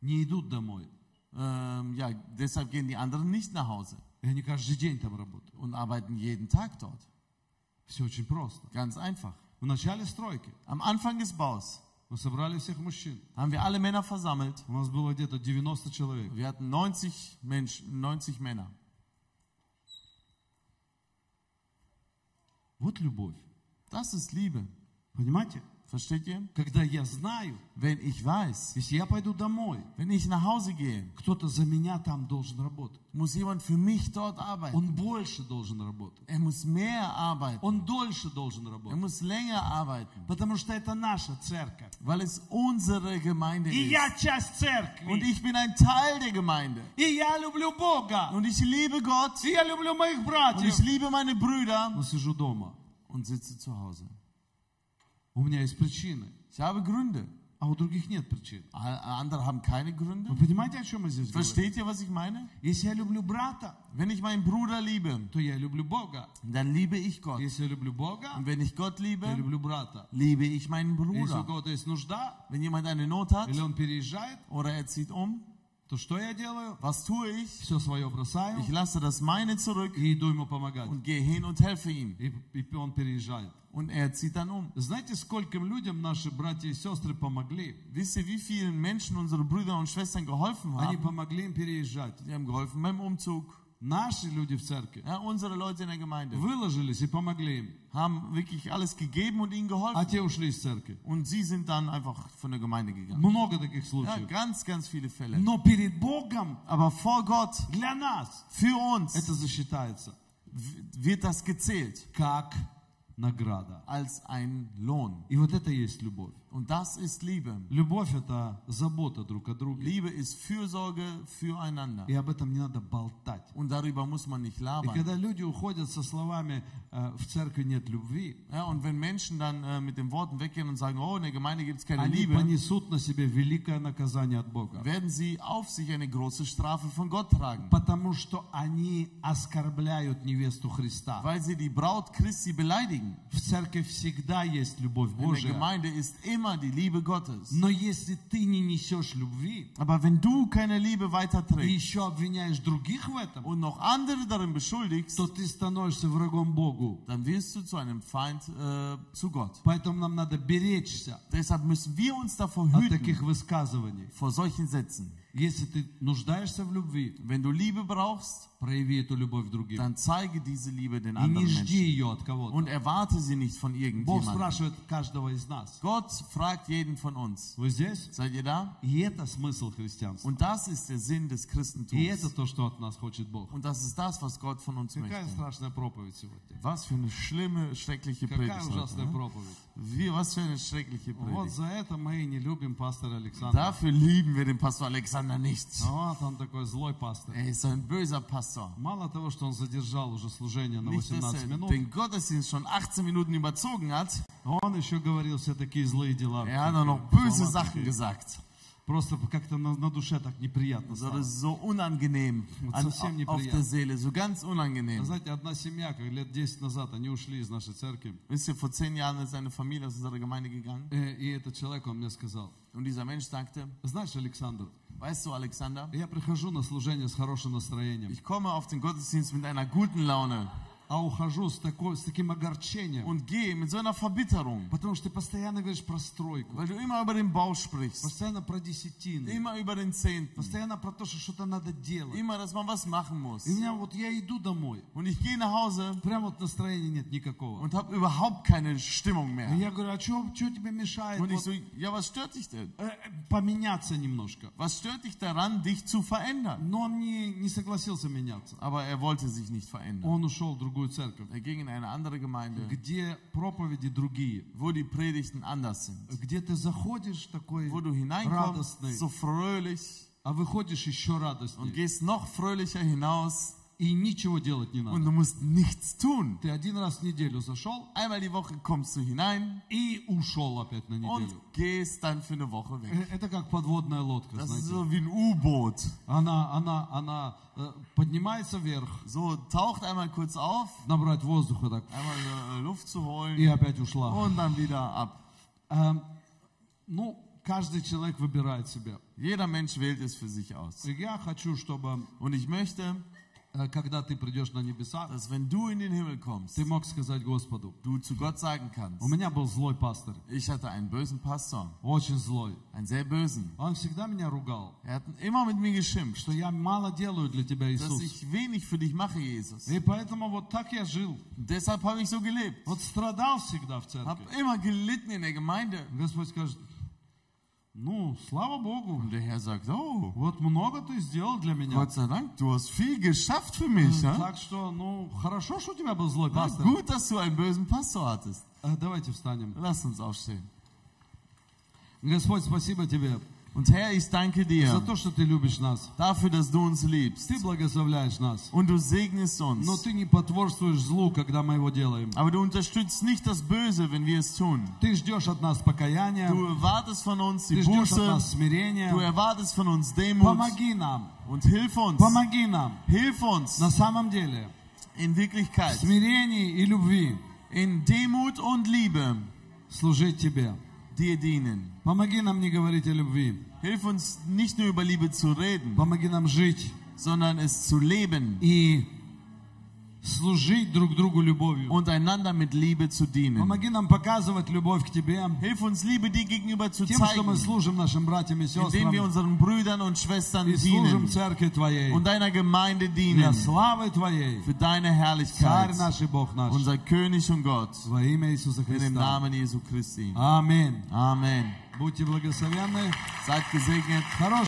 Speaker 1: не идут домой.
Speaker 2: ähm, ja, deshalb gehen die anderen nicht nach Hause
Speaker 1: И они каждый день там работают.
Speaker 2: und arbeiten jeden Tag dort.
Speaker 1: Все очень просто.
Speaker 2: Ganz einfach.
Speaker 1: В начале стройки
Speaker 2: Am Anfang des Baus
Speaker 1: мы собрали всех мужчин.
Speaker 2: haben wir alle Männer versammelt.
Speaker 1: У нас было где-то 90 человек.
Speaker 2: Wir hatten 90 Menschen, 90 Männer.
Speaker 1: Вот любовь.
Speaker 2: Das ist Liebe.
Speaker 1: Понимаете?
Speaker 2: Versteht ihr?
Speaker 1: Когда я знаю,
Speaker 2: Wenn ich weiß,
Speaker 1: если я пойду домой,
Speaker 2: wenn ich nach Hause gehe,
Speaker 1: кто-то за меня там должен работать.
Speaker 2: muss jemand für mich dort arbeiten.
Speaker 1: Он больше должен работать.
Speaker 2: Er muss mehr arbeiten.
Speaker 1: Он дольше должен
Speaker 2: Er
Speaker 1: работать.
Speaker 2: muss länger arbeiten,
Speaker 1: Потому что это наша церковь.
Speaker 2: weil es unsere Gemeinde
Speaker 1: И
Speaker 2: ist.
Speaker 1: я часть
Speaker 2: Und
Speaker 1: церкви.
Speaker 2: ich bin ein Teil der Gemeinde.
Speaker 1: И я люблю Бога.
Speaker 2: Und ich liebe Gott.
Speaker 1: И я люблю моих
Speaker 2: Und ich
Speaker 1: братьев.
Speaker 2: liebe meine Brüder.
Speaker 1: Но сижу дома.
Speaker 2: Und sitze zu Hause.
Speaker 1: У меня есть причины,
Speaker 2: Ich habe Gründe.
Speaker 1: а у других нет причин.
Speaker 2: A- Andere haben keine
Speaker 1: Вы
Speaker 2: Gründe.
Speaker 1: понимаете, о чем я здесь говорю?
Speaker 2: Versteht ihr, was ich meine?
Speaker 1: Если я люблю брата,
Speaker 2: Wenn ich meinen Bruder liebe,
Speaker 1: то я люблю Бога.
Speaker 2: dann liebe ich Gott.
Speaker 1: Если я люблю Бога,
Speaker 2: Und wenn ich Gott
Speaker 1: я
Speaker 2: liebe,
Speaker 1: люблю брата.
Speaker 2: liebe ich meinen
Speaker 1: Если у
Speaker 2: Bruder.
Speaker 1: кого-то есть нужда,
Speaker 2: Wenn jemand eine Not hat
Speaker 1: или он переезжает,
Speaker 2: oder er zieht um,
Speaker 1: то что я делаю?
Speaker 2: was tue ich?
Speaker 1: Все свое бросаю
Speaker 2: Ich lasse das meine zurück
Speaker 1: и иду ему помогать.
Speaker 2: und gehe hin und helfe ihm.
Speaker 1: И, и он переезжает.
Speaker 2: Und er zieht dann um.
Speaker 1: Знаете, скольким людям наши братья и сестры помогли?
Speaker 2: Wisst ihr, wie vielen Menschen unsere Brüder und Schwestern geholfen
Speaker 1: Они
Speaker 2: haben?
Speaker 1: помогли им переезжать.
Speaker 2: Sie haben geholfen beim Umzug.
Speaker 1: Наши люди в церкви
Speaker 2: Ja, unsere Leute in der Gemeinde
Speaker 1: выложились и помогли им.
Speaker 2: haben wirklich alles gegeben und ihnen
Speaker 1: А
Speaker 2: geholfen.
Speaker 1: те ушли из церкви.
Speaker 2: Und sie sind dann einfach von der Gemeinde gegangen.
Speaker 1: Много таких
Speaker 2: Ja,
Speaker 1: случаев.
Speaker 2: ganz, ganz viele Fälle.
Speaker 1: Но перед Богом а
Speaker 2: Aber vor Gott,
Speaker 1: для нас
Speaker 2: für uns,
Speaker 1: это засчитается
Speaker 2: w- wird das gezählt
Speaker 1: как награда.
Speaker 2: als ein Lohn.
Speaker 1: И вот это и есть любовь.
Speaker 2: Und das ist Liebe.
Speaker 1: Любовь это забота друг о друге.
Speaker 2: Liebe ist Fürsorge füreinander.
Speaker 1: И об этом не надо болтать.
Speaker 2: Und darüber muss man nicht
Speaker 1: И
Speaker 2: labern.
Speaker 1: когда люди уходят со словами э, «в церкви нет любви»,
Speaker 2: Ja, und wenn Menschen dann äh, mit den Worten weggehen und sagen, oh, in der Gemeinde gibt es keine
Speaker 1: они
Speaker 2: Liebe,
Speaker 1: понесут на себе великое наказание от Бога.
Speaker 2: werden sie auf sich eine große Strafe von Gott tragen,
Speaker 1: Потому что они оскорбляют невесту Христа.
Speaker 2: weil sie die Braut Christi beleidigen.
Speaker 1: В церкви всегда есть любовь
Speaker 2: In der
Speaker 1: Божия.
Speaker 2: Gemeinde ist immer die Liebe Gottes.
Speaker 1: Но если ты не несешь любви
Speaker 2: Aber wenn du keine Liebe
Speaker 1: и
Speaker 2: weiterträgst
Speaker 1: еще обвиняешь других в этом,
Speaker 2: und noch andere darin beschuldigst,
Speaker 1: то ты становишься врагом Богу.
Speaker 2: dann wirst du zu einem Feind äh, zu Gott.
Speaker 1: Поэтому нам надо беречься
Speaker 2: Deshalb müssen wir uns davor
Speaker 1: от
Speaker 2: hüten,
Speaker 1: таких высказываний.
Speaker 2: vor solchen Sätzen.
Speaker 1: Если ты нуждаешься в любви,
Speaker 2: Wenn du Liebe brauchst,
Speaker 1: прояви эту любовь другим.
Speaker 2: dann zeige diese Liebe den
Speaker 1: И не
Speaker 2: anderen
Speaker 1: жди
Speaker 2: Menschen
Speaker 1: ее от кого-то.
Speaker 2: und erwarte sie nicht von
Speaker 1: Бог
Speaker 2: irgendjemandem.
Speaker 1: спрашивает каждого из нас.
Speaker 2: Gott fragt jeden von uns,
Speaker 1: Вы здесь?
Speaker 2: seid ihr da?
Speaker 1: И это смысл христианства.
Speaker 2: Und das ist der Sinn des
Speaker 1: И это
Speaker 2: Christentums.
Speaker 1: то, что от нас хочет Бог.
Speaker 2: Und das ist das, was Gott von uns
Speaker 1: Какая
Speaker 2: möchte.
Speaker 1: страшная проповедь сегодня.
Speaker 2: Was für eine schlimme, schreckliche
Speaker 1: Какая
Speaker 2: Predigt. Heute,
Speaker 1: ужасная
Speaker 2: ne?
Speaker 1: проповедь.
Speaker 2: Wie, was für eine schreckliche
Speaker 1: Вот
Speaker 2: Predigt.
Speaker 1: за это мы и не любим пастора Александра.
Speaker 2: Dafür lieben wir den Pastor Alexander nicht.
Speaker 1: А вот он такой злой пастор.
Speaker 2: Er ist so ein böser Pastor.
Speaker 1: Mало того, что он задержал уже служение на
Speaker 2: Nicht, dass
Speaker 1: 18
Speaker 2: er
Speaker 1: минут,
Speaker 2: den Gottesdienst schon 18 Minuten überzogen hat.
Speaker 1: он еще говорил все такие злые дела.
Speaker 2: Er hat auch noch
Speaker 1: Такие
Speaker 2: böse
Speaker 1: слова
Speaker 2: Sachen
Speaker 1: такие.
Speaker 2: gesagt.
Speaker 1: Просто как-то на, на душе так неприятно
Speaker 2: So,
Speaker 1: стало.
Speaker 2: Das ist so unangenehm an,
Speaker 1: совсем
Speaker 2: auf
Speaker 1: неприятно.
Speaker 2: der Seele, so ganz
Speaker 1: Вы
Speaker 2: unangenehm.
Speaker 1: Знаете, одна семья, как лет 10 назад, они ушли из нашей церкви.
Speaker 2: Wisst ihr, vor zehn Jahren ist eine Familie aus unserer Gemeinde gegangen
Speaker 1: Э, И этот человек, он мне сказал,
Speaker 2: und dieser Mensch sagte,
Speaker 1: знаешь, Александр,
Speaker 2: weißt du Alexander,
Speaker 1: я прихожу на служение с хорошим настроением.
Speaker 2: Ich komme auf den Gottesdienst mit einer guten Laune.
Speaker 1: а ухожу с, такой, с таким огорчением.
Speaker 2: und gehe mit so einer Verbitterung,
Speaker 1: Потому что ты постоянно говоришь про стройку,
Speaker 2: weil du immer über den Bau sprichst,
Speaker 1: постоянно про десятины,
Speaker 2: immer über den Zehnten,
Speaker 1: постоянно про то, что что-то надо делать.
Speaker 2: immer, dass man was machen muss.
Speaker 1: И у меня вот я иду домой,
Speaker 2: Und ich gehe nach Hause
Speaker 1: прям вот настроения нет никакого.
Speaker 2: und habe überhaupt keine Stimmung
Speaker 1: И
Speaker 2: mehr.
Speaker 1: я говорю, а что тебе мешает
Speaker 2: Und ich
Speaker 1: вот,
Speaker 2: so, ja, was stört dich denn?
Speaker 1: э, э, поменяться немножко?
Speaker 2: Was stört dich daran, dich zu verändern?
Speaker 1: Но он не, не soгласился меняться.
Speaker 2: Aber er wollte sich nicht verändern.
Speaker 1: Он ушел в другую церковь,
Speaker 2: Er ging in eine andere Gemeinde,
Speaker 1: где проповеди другие.
Speaker 2: wo die Predigten anders sind.
Speaker 1: Где ты заходишь такой
Speaker 2: Wo du
Speaker 1: радостный,
Speaker 2: hineinkommst, so fröhlich
Speaker 1: а выходишь еще
Speaker 2: und
Speaker 1: радостнее.
Speaker 2: gehst noch fröhlicher hinaus
Speaker 1: И ничего делать не
Speaker 2: und
Speaker 1: надо.
Speaker 2: du musst nichts tun.
Speaker 1: Ты один раз в неделю зашел
Speaker 2: Einmal die Woche kommst du hinein
Speaker 1: и ушел опять на
Speaker 2: und
Speaker 1: неделю.
Speaker 2: gehst dann für eine Woche
Speaker 1: Э,
Speaker 2: weg.
Speaker 1: Это как подводная лодка,
Speaker 2: Das
Speaker 1: знаете.
Speaker 2: ist so wie ein U-Boot.
Speaker 1: Она, она, она э, поднимается вверх,
Speaker 2: So taucht einmal kurz auf,
Speaker 1: набрать воздуха так,
Speaker 2: einmal äh, Luft zu
Speaker 1: и
Speaker 2: holen
Speaker 1: опять ушла.
Speaker 2: und dann wieder ab.
Speaker 1: Эм, ну, каждый человек выбирает себя.
Speaker 2: Jeder Mensch wählt es für sich aus.
Speaker 1: И Я хочу, чтобы,
Speaker 2: Und ich möchte,
Speaker 1: э, когда ты придешь на небеса,
Speaker 2: dass wenn du in den Himmel kommst,
Speaker 1: ты мог сказать Господу,
Speaker 2: du zu Gott sagen kannst,
Speaker 1: у меня был злой пастор,
Speaker 2: ich hatte einen bösen Pastor,
Speaker 1: очень злой.
Speaker 2: einen sehr bösen.
Speaker 1: Он всегда меня ругал,
Speaker 2: Er hat immer mit mir geschimpft,
Speaker 1: что я mало делаю для тебя,
Speaker 2: dass
Speaker 1: Иисус.
Speaker 2: ich wenig für dich mache, Jesus.
Speaker 1: И поэтому вот так я жил.
Speaker 2: Und deshalb habe ich so gelebt.
Speaker 1: Вот страдал всегда в
Speaker 2: Habe
Speaker 1: церкви.
Speaker 2: immer gelitten in der Gemeinde.
Speaker 1: Господь скажет, ну, слава Богу,
Speaker 2: Und der Herr sagt, oh,
Speaker 1: вот много ты сделал для меня.
Speaker 2: Gott sei Dank, du hast viel geschafft für mich. Ja?
Speaker 1: Так что, ну, хорошо, что у тебя был злой
Speaker 2: Na,
Speaker 1: пастор.
Speaker 2: gut, dass du einen bösen Pastor hattest.
Speaker 1: Э, Давайте встанем.
Speaker 2: Lass uns aufstehen.
Speaker 1: Господь, спасибо тебе
Speaker 2: Und Herr, ich danke
Speaker 1: за
Speaker 2: dir
Speaker 1: то, что ты любишь нас.
Speaker 2: dafür, dass du uns liebst.
Speaker 1: Ты благословляешь нас.
Speaker 2: Und du segnest
Speaker 1: Но
Speaker 2: uns.
Speaker 1: ты не потворствуешь злу, когда мы его делаем.
Speaker 2: Aber du unterstützt nicht das Böse, wenn wir es tun.
Speaker 1: Ты ждешь от нас покаяния.
Speaker 2: Du erwartest von uns die
Speaker 1: Ты ждешь от
Speaker 2: Buße.
Speaker 1: нас смирения.
Speaker 2: Du erwartest von uns Demut.
Speaker 1: Помоги нам.
Speaker 2: Und hilf uns.
Speaker 1: Помоги нам.
Speaker 2: Hilf
Speaker 1: На
Speaker 2: uns
Speaker 1: самом деле.
Speaker 2: in Wirklichkeit,
Speaker 1: В смирении и любви
Speaker 2: in Demut und Liebe
Speaker 1: служить тебе.
Speaker 2: dir dienen.
Speaker 1: Помоги нам не говорить о любви.
Speaker 2: Hilf uns nicht nur über Liebe zu reden,
Speaker 1: Помоги нам жить
Speaker 2: sondern es zu leben
Speaker 1: и служить друг другу любовью.
Speaker 2: und einander mit Liebe zu dienen.
Speaker 1: Помоги нам показывать любовь к тебе
Speaker 2: Hilf uns Liebe dir gegenüber zu
Speaker 1: тем, что мы
Speaker 2: zeigen,
Speaker 1: служим нашим братьям и
Speaker 2: indem
Speaker 1: сестрам
Speaker 2: wir unseren Brüdern und Schwestern
Speaker 1: и служим
Speaker 2: dienen
Speaker 1: церкви твоей
Speaker 2: und deiner Gemeinde
Speaker 1: для
Speaker 2: dienen
Speaker 1: славы твоей.
Speaker 2: für deine
Speaker 1: Царь
Speaker 2: Herrlichkeit.
Speaker 1: наш и Бог наш.
Speaker 2: unser König und Gott,
Speaker 1: Во имя Иисуса
Speaker 2: in dem
Speaker 1: Христа.
Speaker 2: Namen Jesu Christi.
Speaker 1: Аминь.
Speaker 2: Amen.
Speaker 1: Будьте благословенны.
Speaker 2: Seid gesegnet.
Speaker 1: Хорош